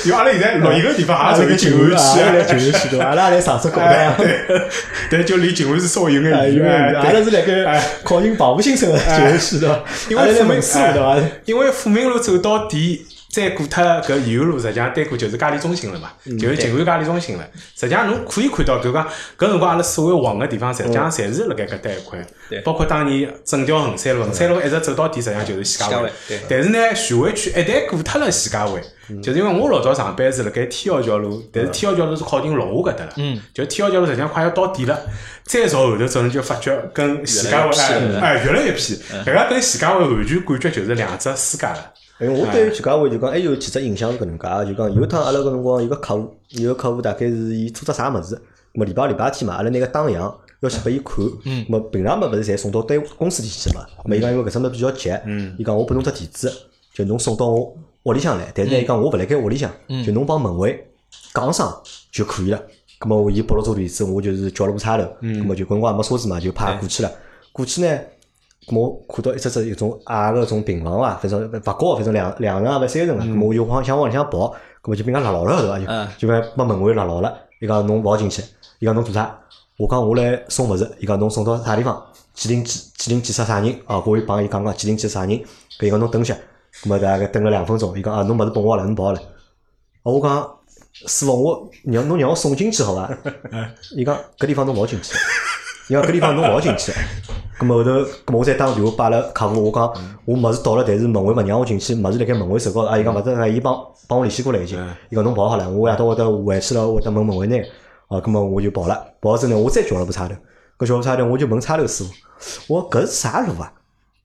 Speaker 1: 因为阿拉现在录音个地方也属于静安区
Speaker 2: 啊，来
Speaker 1: 啊，
Speaker 2: 静安区对伐？阿拉来上次讲
Speaker 1: 哎
Speaker 2: 的，
Speaker 1: 对，但就离静安是稍微有眼
Speaker 2: 哎，
Speaker 1: 远
Speaker 2: 因为
Speaker 1: 哎
Speaker 2: 阿拉
Speaker 1: 对
Speaker 2: 是辣盖靠近蚌埠新城的静安区对伐？
Speaker 1: 因
Speaker 2: 阿
Speaker 1: 为
Speaker 2: 拉
Speaker 1: 富
Speaker 2: 在
Speaker 1: 民
Speaker 2: 门市路对伐？
Speaker 1: 哎因为富民路走到底，再过脱搿沿路，实际上对过就是嘉里中心了嘛，
Speaker 3: 嗯
Speaker 1: 就是静安嘉里中心了。实际上侬可以看到，就讲搿辰光阿拉所谓旺个地方，实际上侪是辣盖搿搭一块
Speaker 3: 嗯对，
Speaker 1: 包括当年整条衡山路，衡山路一直走到底，实际上就是西
Speaker 3: 西
Speaker 1: 家
Speaker 3: 家
Speaker 1: 汇
Speaker 3: 汇对。嗯
Speaker 1: 但是呢，徐汇区一旦过脱了徐家汇，就是因为我老早上班是辣盖天桥桥路，但是天桥桥路是靠近老河搿搭了，
Speaker 3: 嗯
Speaker 1: 就天桥桥路实际上快要到底了。再朝后头走，你就发觉跟徐家汇
Speaker 3: 越来越偏
Speaker 1: 哎哎越来越偏，搿个跟徐家汇完全感觉就是两只世界了。
Speaker 2: 因为哎我对于徐家汇就讲还哎有几只印象是搿能介个，就讲有一趟阿拉搿辰光有个客户，有个客户大概是伊做只啥物事，咾么礼拜六礼拜天嘛，阿拉拿个当阳要去拨伊看。嗯。么平常么勿是侪送到单位公司里去嘛？么伊讲因为搿只么比较急，嗯，伊讲我拨侬只地址，就侬送到我屋里向来。但是呢，伊讲我勿辣盖屋里向，就侬帮门卫讲声就可以了。咁么我伊拨了只地址，我就是叫了部差头，咁么就搿辰光也没车子嘛，就派过去了。过去呢，咁我看到一只只有种矮个种平房啊，反正勿高，反正两两层啊，勿三层啊，咁么我就往向往里向跑，咁么就被人家拉牢了，对伐？就就被把门卫拉牢了。伊讲侬勿好进去，伊讲侬做啥？我讲我来送物事，伊讲侬送到啥地方？几零几几零几啥啥人？啊，我会帮伊讲讲几零几啥人。搿伊讲侬等歇，咁么大概等了两分钟，伊讲啊，侬物事拨我了，侬跑了。啊，我讲。师傅，我让侬让我送进去好伐？伊讲搿地方侬勿好进去，伊讲搿地方侬勿好进去。咁么后头，咁么我再打个电话摆了客户，我讲我物事到了，但是门卫勿让我进去，物事辣盖门卫手高头。啊，伊讲勿得，伊帮帮我联系过来已经。伊讲侬跑好了，我夜到会得回去了，会得问门卫拿。哦，咁么我就跑了，跑了之后呢，我再叫了部差头。搿叫部差头，我就问差头师傅，我讲搿是啥路啊？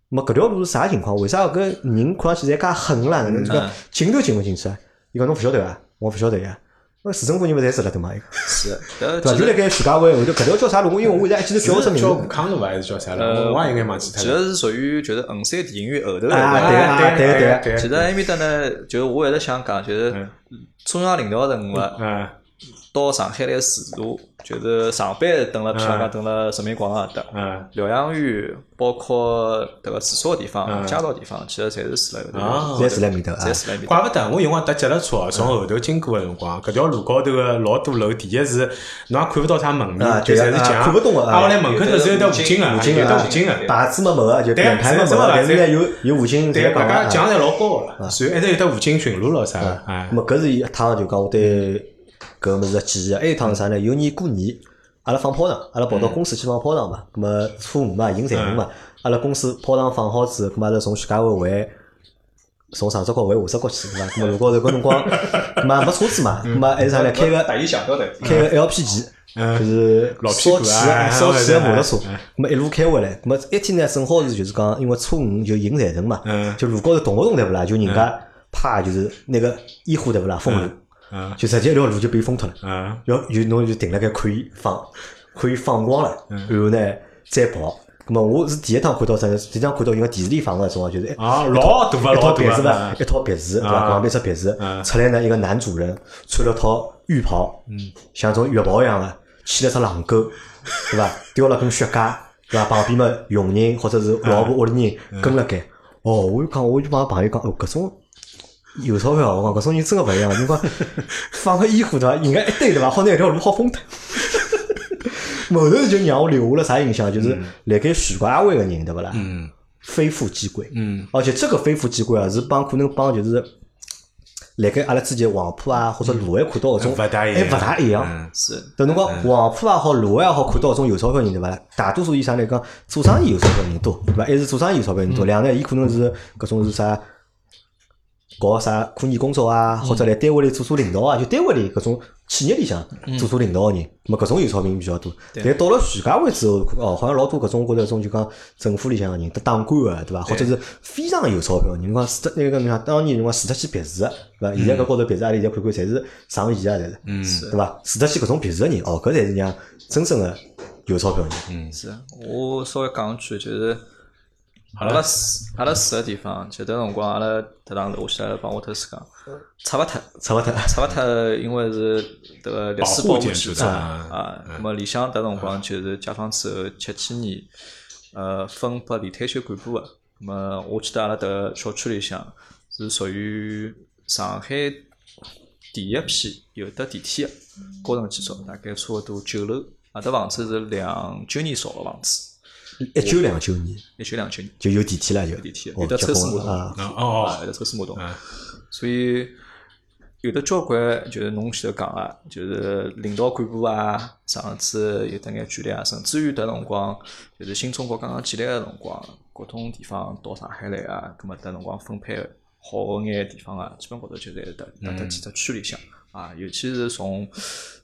Speaker 2: 么搿条路是啥情况？为啥搿人看上去侪介狠啦？这个进都进勿进去啊？伊讲侬勿晓得伐？我勿晓得呀。那市政府人勿侪知了对嘛？伊讲
Speaker 3: 是，
Speaker 2: 对伐？就辣盖徐家汇后头搿条叫啥路？因为我现在一记头叫勿出名
Speaker 1: 叫
Speaker 2: 字
Speaker 1: 武。康路伐？还是叫啥路？
Speaker 3: 呃，
Speaker 1: 我也应该忘记
Speaker 3: 其
Speaker 1: 脱了。哎
Speaker 3: 实是属于就是衡山电影院后头的
Speaker 2: 啊，
Speaker 3: 位
Speaker 2: 对
Speaker 3: 置。
Speaker 2: 啊，对啊对啊对啊。
Speaker 1: 对
Speaker 3: 其实埃面搭呢，就是我一直想讲，就是
Speaker 1: 嗯
Speaker 3: 中央领导人物啊
Speaker 1: 嗯
Speaker 3: 到上海来自助，就是上班等了，譬如
Speaker 1: 嗯
Speaker 3: 讲啊等了人民广场搿搭。
Speaker 1: 嗯
Speaker 3: 疗养院包括迭个住宿的地方、
Speaker 1: 嗯
Speaker 3: 街道地方，其实侪是住辣
Speaker 1: 啊
Speaker 3: 搿
Speaker 2: 侪住辣埃面搭啊
Speaker 3: 侪住辣埃面搭。
Speaker 1: 怪勿得，我有辰光搭脚踏车哦，从后头经过个辰光，搿条路高头个老多楼，第一是侬也看勿到啥门
Speaker 2: 啊
Speaker 1: 面，就
Speaker 2: 对
Speaker 1: 侪
Speaker 2: 啊
Speaker 1: 是墙，
Speaker 2: 啊看勿懂个啊
Speaker 1: 啊，我来门口头只有得武警个，
Speaker 3: 武
Speaker 2: 警
Speaker 1: 有
Speaker 2: 个
Speaker 1: 得
Speaker 2: 啊
Speaker 1: 武警个。
Speaker 2: 牌子没没个，就
Speaker 1: 啊
Speaker 2: 品牌没没个，但是呢有有武警
Speaker 1: 对，
Speaker 2: 在
Speaker 1: 大
Speaker 2: 讲
Speaker 1: 家
Speaker 2: 啊。
Speaker 1: 墙侪老高个了，所以一直有得武警巡逻咯啥个，哎嗯
Speaker 2: 咁，么搿是一趟就讲我对搿物事个记忆啊。还有一趟是啥呢？有年过年，阿拉放炮仗，阿拉跑
Speaker 1: 嗯
Speaker 2: 到公司去放炮仗嘛。咁么初五嘛，迎财神嘛。阿拉公司炮仗放好之后，咁么阿拉从徐家汇回。从上只角回下只角去，对伐？咁么啊路高头搿 辰光，咁啊么也没车子嘛，
Speaker 1: 嗯
Speaker 2: 咁么还是啥呢？开个
Speaker 3: 意想到的，
Speaker 2: 开个 LPG，就是
Speaker 1: 老屁股
Speaker 2: 烧
Speaker 1: 啊
Speaker 2: 气
Speaker 1: 哎
Speaker 2: 的烧气的摩托车
Speaker 1: 哎哎哎，
Speaker 2: 咁么一路开回来，咁么一天呢正好是就是讲，因为初五就迎财神嘛
Speaker 1: 嗯，
Speaker 2: 就路高头动勿动对勿啦？就人家啪就是那个烟花对勿啦？封路，
Speaker 1: 嗯
Speaker 2: 就直接一条路就被封脱了，
Speaker 1: 嗯
Speaker 2: 然后就侬就停辣盖可以放，可以放光了，
Speaker 1: 嗯
Speaker 2: 然后呢再跑。咁么我是第一趟看到啥呢？第一趟看到因为电视里放个种啊，就是哎
Speaker 1: 啊，老大个
Speaker 2: 一
Speaker 1: 老
Speaker 2: 套
Speaker 1: 大
Speaker 2: 别子
Speaker 1: 个
Speaker 2: 吧
Speaker 1: 嗯，
Speaker 2: 一套别子，对
Speaker 1: 啊
Speaker 2: 吧？旁边只别子
Speaker 1: 嗯，
Speaker 2: 出来呢一个男主人穿了套浴袍，像种浴袍一样的，牵了只 狼狗，对吧？叼了根雪茄，对吧？旁边嘛佣人或者是老婆屋里
Speaker 1: 嗯
Speaker 2: 人跟了该。哦，我就讲，我就帮朋友讲，哦，搿种。有钞票，我讲搿种人真个勿一样。 侬讲放个烟火对伐？人家一堆对伐？好拿一条路好 封脱。后头就让我留下了啥印象？就是辣盖徐家汇个人对勿啦？
Speaker 1: 嗯
Speaker 2: 非富即贵。
Speaker 1: 嗯
Speaker 2: 而且这个非富即贵啊，是帮可能帮就是，辣盖阿拉之前黄浦啊或者卢湾看到搿种，
Speaker 1: 勿嗯大一
Speaker 2: 还
Speaker 1: 样
Speaker 2: 勿大一样。
Speaker 1: 嗯
Speaker 3: 是
Speaker 2: 等侬讲黄浦也好，卢湾也好，看到搿种有钞票人对伐？大多数以啥来讲，做生意有钞票人多，对伐？一是做生意有钞票
Speaker 1: 嗯
Speaker 2: 人多，两呢，伊可能是搿种是啥？搞啥科研工作啊，或者来单位里做做领导啊，就单位里搿种企业里向做做领导个人，咹搿种有钞票人比较多。但到了徐家汇之后，哦，好像老多搿种觉着种就讲政府里向个人，当官个对伐？或者是非常有钞票个人，侬讲住得那个侬讲当年侬讲住得起别墅个对伐？现在搿高头别墅阿拉现在看看，侪是上亿啊，侪是，
Speaker 1: 嗯
Speaker 2: 对伐？住得起搿种别墅个人，哦，搿才是让真正个有钞票人。
Speaker 3: 是，我稍微讲一句，就是
Speaker 1: 好
Speaker 3: 阿
Speaker 1: 了
Speaker 3: 拉住阿拉住个地方，就迭辰光阿拉搭档楼下来帮沃特斯讲，拆勿脱，
Speaker 2: 差勿多，
Speaker 3: 拆勿脱，因为是迭个历史
Speaker 1: 保护
Speaker 3: 保护
Speaker 1: 建
Speaker 3: 机
Speaker 1: 筑
Speaker 3: 制
Speaker 1: 的
Speaker 3: 啊，
Speaker 2: 嗯
Speaker 3: 那么里向迭辰光就是解放之后七七年，呃，分拨离退休干部个。那么我记得阿拉迭个小区里向是属于上海第一批有得电梯个高层建筑，大概差勿多九楼。阿搭房子是两九年造个房子，
Speaker 2: 一九两九年
Speaker 3: 一九两九年
Speaker 2: 就有地铁了，就
Speaker 3: 有地铁
Speaker 2: 哦
Speaker 3: 有得
Speaker 2: 结
Speaker 3: 抽
Speaker 2: 棍
Speaker 3: 丝
Speaker 2: 了
Speaker 3: 马桶
Speaker 2: 啊，
Speaker 1: 哦哦
Speaker 3: 啊，有得抽丝马桶
Speaker 1: 嗯。
Speaker 3: 所以有的交关就是侬前头讲啊，就是领导干部啊，上次有得眼距离啊，甚至于迭辰光就是新中国刚刚建立个辰光，各种地方到上海来啊，葛末迭辰光分配
Speaker 1: 嗯
Speaker 3: 好个眼地方啊，基本高头就侪搭搭搭几只区里向啊，尤其是从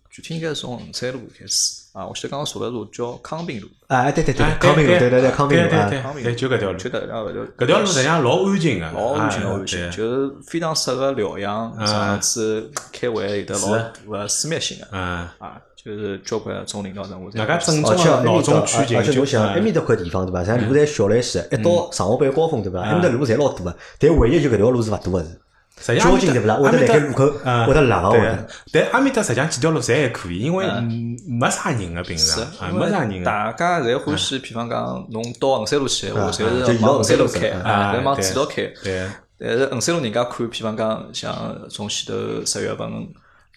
Speaker 3: 具体应该是从衡山路开始啊，我记得刚刚查了查叫康平路，
Speaker 2: 啊，对对对
Speaker 1: 哎，
Speaker 2: 康平路，对
Speaker 1: 对
Speaker 2: 对，康平路
Speaker 1: 对
Speaker 2: 啊，
Speaker 1: 对
Speaker 3: 康
Speaker 1: 对，
Speaker 3: 平
Speaker 1: 对哎就搿条路，
Speaker 3: 就搿条路，
Speaker 1: 搿条路实际上老安静个，
Speaker 3: 老安静，
Speaker 1: 哎
Speaker 3: 老安静，
Speaker 1: 对嗯
Speaker 3: 就是非常适合疗养，上次开会有得老大个私密性个
Speaker 1: 嗯，
Speaker 3: 啊，就是交关种领导人物在
Speaker 1: 外加正
Speaker 2: 而
Speaker 1: 宗
Speaker 2: 且
Speaker 1: 个
Speaker 2: 埃
Speaker 1: 闹
Speaker 2: 面搭，
Speaker 1: 中取
Speaker 2: 而
Speaker 1: 静，
Speaker 2: 且
Speaker 1: 就
Speaker 2: 侬想埃面搭块地方对伐？咱路侪小了一些，一到上下班高峰对伐？埃面搭路侪老大个，但唯一就搿条路是勿大个是。
Speaker 1: 实际
Speaker 2: 交
Speaker 1: 上
Speaker 2: 警对不啦？
Speaker 1: 阿
Speaker 2: 会
Speaker 1: 面
Speaker 2: 得辣
Speaker 1: 搭
Speaker 2: 盖路口，
Speaker 1: 嗯
Speaker 2: 会得拦个会
Speaker 1: 对
Speaker 3: 啊
Speaker 2: 得。，
Speaker 1: 但阿面搭实际上几条路侪还可以，因为嗯没啥人个平
Speaker 3: 是
Speaker 1: 常，啊，没啥人个，
Speaker 3: 大家侪欢
Speaker 1: 嗯
Speaker 3: 喜，比方讲，侬到衡山路去，
Speaker 2: 啊
Speaker 3: 我侪
Speaker 2: 就是沿
Speaker 3: 往衡山路
Speaker 2: 衡山
Speaker 3: 开，
Speaker 2: 路走
Speaker 1: 啊
Speaker 3: 侪往
Speaker 1: 对
Speaker 3: 主道开。
Speaker 1: 对，嗯
Speaker 3: 但是衡山路人家看，比方讲，像从前头十月份，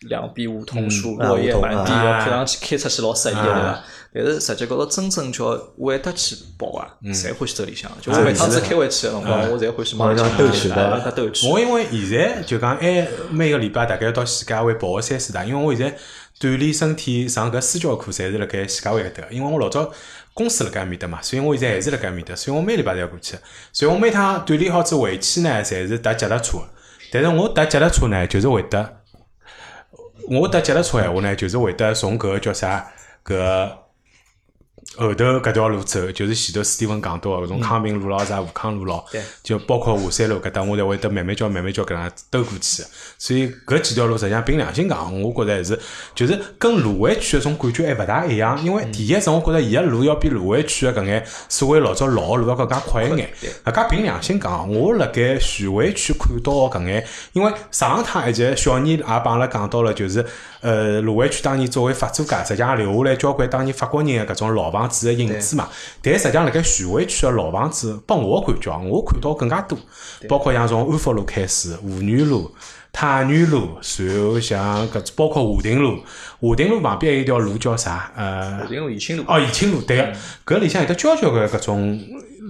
Speaker 3: 两边梧桐树
Speaker 2: 嗯
Speaker 3: 落叶
Speaker 2: 啊梧桐
Speaker 3: 满地，
Speaker 1: 啊
Speaker 3: 要看上去开出去老适意的，对伐？但是实际高头真正叫会得去跑啊，
Speaker 1: 嗯
Speaker 3: 侪欢喜走里向。
Speaker 1: 啊
Speaker 3: 就我每趟子开回去个辰光，我侪欢喜往里
Speaker 2: 往
Speaker 3: 向
Speaker 2: 里向兜圈对伐
Speaker 3: 他兜圈。
Speaker 1: 我因为现在就讲，哎，每个礼拜大概要到徐家汇跑个三四趟，因为我现在锻炼身体上搿私教课，侪是辣盖徐家汇搿搭。因为我老早公司辣盖埃面搭嘛，所以我现在还是辣盖埃面搭，所以我每礼拜侪要过去。所以我每趟锻炼好子回去呢，侪是踏脚踏车的。但是我踏脚踏车呢，就是会得，我踏脚踏车闲话呢，就是会得从搿个叫啥搿。后头搿条路走，就是前头史蒂芬讲到个，从康平路咯、啥武康路咯
Speaker 3: 对，
Speaker 1: 就包括华山路搿搭，我侪会得慢慢叫、慢慢叫搿能兜过去。所以搿几条路实际上凭良心讲，我觉着还是就是跟卢湾区个种感觉还勿大一样。因为第一是我觉着伊个路要比卢湾区个搿眼所谓老早老个路要更加快一眼。外加凭良心讲，我辣盖徐汇区看到个搿眼，因为上趟一集小年也帮阿拉讲到了，就是呃卢湾区当年作为法租界，实际上留下来交关当年法国人个搿种老房子个影子嘛。但实际上辣盖徐汇区个老房子，拨我感觉，我看到更加多，包括像从安福路开始，妇女路。太原路，然后像搿包括华亭路，华亭路旁边还有一条路叫啥？呃，
Speaker 3: 我因为宜兴路，
Speaker 1: 哦，延庆路对个，搿里向有得交交关搿种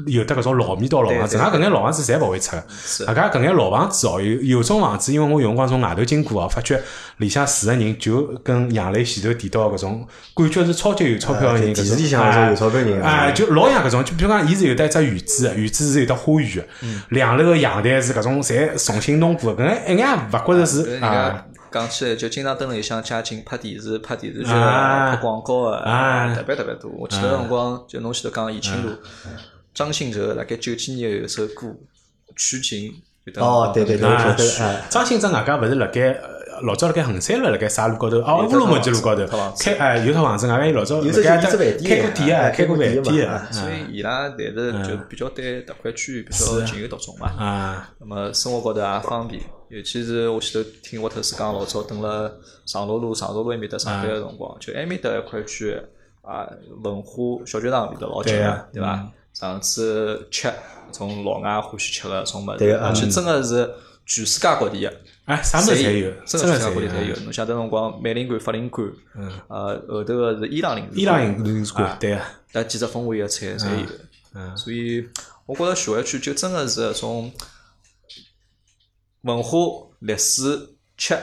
Speaker 1: 有得搿种老味道老房子，
Speaker 3: 对对
Speaker 1: 俺搿眼老房子侪勿会拆
Speaker 3: 是
Speaker 1: 个。外加搿眼老房子哦，有有种房子，因为我有辰光从外头经过哦，发觉里向住个人就跟杨磊前头提到的搿种感觉是超级有钞票个人，
Speaker 2: 电
Speaker 1: 搿
Speaker 2: 视
Speaker 1: 种
Speaker 2: 里向
Speaker 1: 哎
Speaker 2: 是有钞票人啊
Speaker 1: 哎，，就老像搿种，就比如讲，伊是有得一只院子的，院子是有得花园的，两楼个阳台是搿种侪重新弄过的，搿眼一眼也勿觉着
Speaker 3: 搿
Speaker 1: 是
Speaker 3: 人
Speaker 1: 啊。
Speaker 3: 家讲起来就经常蹲辣里向加进拍电视、拍电视剧、
Speaker 1: 啊
Speaker 3: 拍广告啊
Speaker 1: 啊，
Speaker 3: 特别特别多。我记得辰光就侬前头讲延庆路，张信哲大概九几年有一首歌《取景》，有得
Speaker 2: 哦对对对我
Speaker 3: 有
Speaker 1: 啊
Speaker 2: 晓得哎，
Speaker 1: 张信哲外加勿是辣盖呃老早辣盖衡山路辣盖啥路高头？哦，乌鲁木齐路高头
Speaker 3: 套房子
Speaker 1: 开哎有套房子，外加伊老早
Speaker 2: 有
Speaker 1: 辣
Speaker 2: 只
Speaker 1: 盖
Speaker 2: 有只饭
Speaker 1: 开
Speaker 2: 店
Speaker 1: 过
Speaker 2: 的
Speaker 1: 店
Speaker 2: 啊
Speaker 1: 啊，
Speaker 2: 开
Speaker 1: 开
Speaker 2: 过
Speaker 1: 过
Speaker 2: 饭
Speaker 1: 饭
Speaker 2: 店
Speaker 1: 店
Speaker 2: 嘛
Speaker 1: 啊
Speaker 3: 所以伊拉谈的
Speaker 1: 嗯
Speaker 3: 就比较对特块区比较情有独钟嘛。
Speaker 1: 啊
Speaker 3: 那么生活高头也方便，尤其是我前头听沃特斯讲老早蹲辣长乐路、长乐路埃面搭上班个辰
Speaker 1: 嗯
Speaker 3: 光，就埃面搭一块区啊，文化小剧场离得老近
Speaker 1: 对
Speaker 3: 个
Speaker 1: 啊，
Speaker 3: 对伐？上次吃从老外欢喜吃个种物
Speaker 2: 对
Speaker 3: 事，
Speaker 2: 啊
Speaker 1: 嗯
Speaker 3: 而且真个是全世界各地个。
Speaker 1: 哎，啥物事侪有，嗯
Speaker 3: 真
Speaker 1: 真
Speaker 3: 个
Speaker 1: 个
Speaker 3: 世界各地
Speaker 1: 侪
Speaker 3: 侪有。侬像迭辰光，美领馆、法领馆，呃，后头个是伊朗领事
Speaker 1: 伊朗
Speaker 3: 馆
Speaker 1: 人领事馆
Speaker 3: 啊
Speaker 1: 对啊，
Speaker 3: 但几只风味个菜侪有。所以我觉着徐汇区就真个是从文化、历史、吃、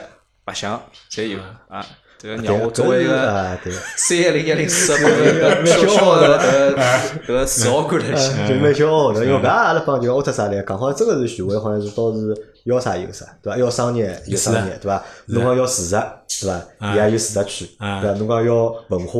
Speaker 3: 白相侪有啊。这个让我
Speaker 2: 对，
Speaker 3: 作为
Speaker 2: 搿
Speaker 3: 一
Speaker 2: 是
Speaker 3: 个
Speaker 2: 啊对，
Speaker 3: 三一零一零四的搿个小小的搿个搿个自豪感来
Speaker 2: 哎就蛮骄傲的，因为搿也阿拉帮就奥特啥来讲，好像真个是徐汇，好像是倒是要啥有啥，对伐？要商业有商业，对伐？侬讲要住宅，对伐？伊也有住宅区，对
Speaker 1: 啊
Speaker 2: 伐？侬讲要文化，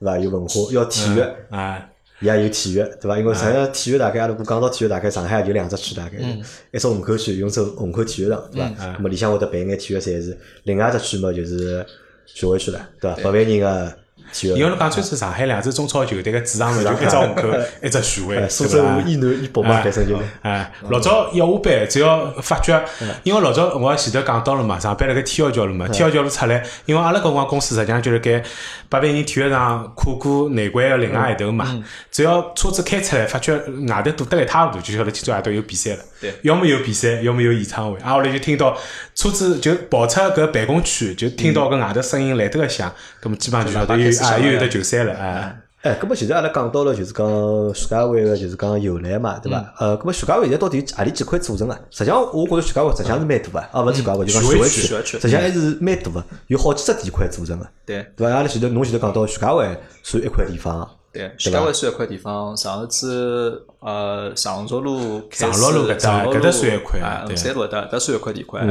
Speaker 2: 对伐？有文化，要体育。
Speaker 1: 啊
Speaker 2: 伊也有体育，对伐？因为
Speaker 3: 哎
Speaker 2: 实际上体育大概，如果讲到体育，大概上海也就两只区，大概
Speaker 3: 嗯
Speaker 2: 一只虹口区，一只虹口体育场，对伐？那么里向会得办眼体育赛事，另外一只区嘛就是徐汇区了，对伐？八万人个体育
Speaker 1: 因为
Speaker 2: 场，
Speaker 1: 侬讲穿是上海两支中超球队个主场嘛，就一只虹口，一只徐 汇，
Speaker 2: 哎，苏
Speaker 1: 对
Speaker 2: 州
Speaker 1: 伐？
Speaker 2: 以南以北嘛，
Speaker 1: 哎
Speaker 2: 反正
Speaker 3: 哦
Speaker 2: 就是。
Speaker 1: 哎，老早一下班，只要发觉，因为老早我前头讲到了嘛，上班辣盖天桥桥路嘛，天桥桥路出来，因为阿拉搿辰光公司实际上就辣盖八万人体育场跨过内环个另外一头嘛，只要车子开出来，发觉外头堵得一塌糊涂，就晓得今朝夜到有比赛了。
Speaker 3: 对
Speaker 1: 要么有比赛，要么有演唱会。啊，后来就听到车子就跑出搿办公区，就听到搿外头声音来得个响，咁么基本上就晓得
Speaker 3: 就
Speaker 1: 有
Speaker 3: 是
Speaker 1: 啊，
Speaker 3: 开始
Speaker 1: 又有
Speaker 3: 响了
Speaker 1: 得球赛了，哎，
Speaker 2: 哎，搿么现在阿拉讲到了，就是讲徐家汇个，就是讲由来嘛，对伐？
Speaker 3: 嗯
Speaker 2: 呃，搿么徐家汇现在到底何里几块组成啊？实际上，我觉着徐家汇实际上是蛮大个，啊，勿是徐家汇，就讲
Speaker 1: 徐
Speaker 2: 徐
Speaker 1: 汇
Speaker 2: 汇
Speaker 1: 区
Speaker 2: 区，
Speaker 3: 嗯徐汇区
Speaker 2: 实际上还是蛮大个，有好几只地块组成个。
Speaker 3: 对
Speaker 2: 对伐？阿拉前头侬前头讲到徐家汇算一块地方啊，
Speaker 3: 对，徐家汇算一块地方，上一次呃长乐路开始，
Speaker 1: 长乐路搿搭
Speaker 3: 长乐
Speaker 1: 搿搭算一块
Speaker 3: 啊，
Speaker 1: 对
Speaker 3: 衡山路搿搭搿搭算一块地块。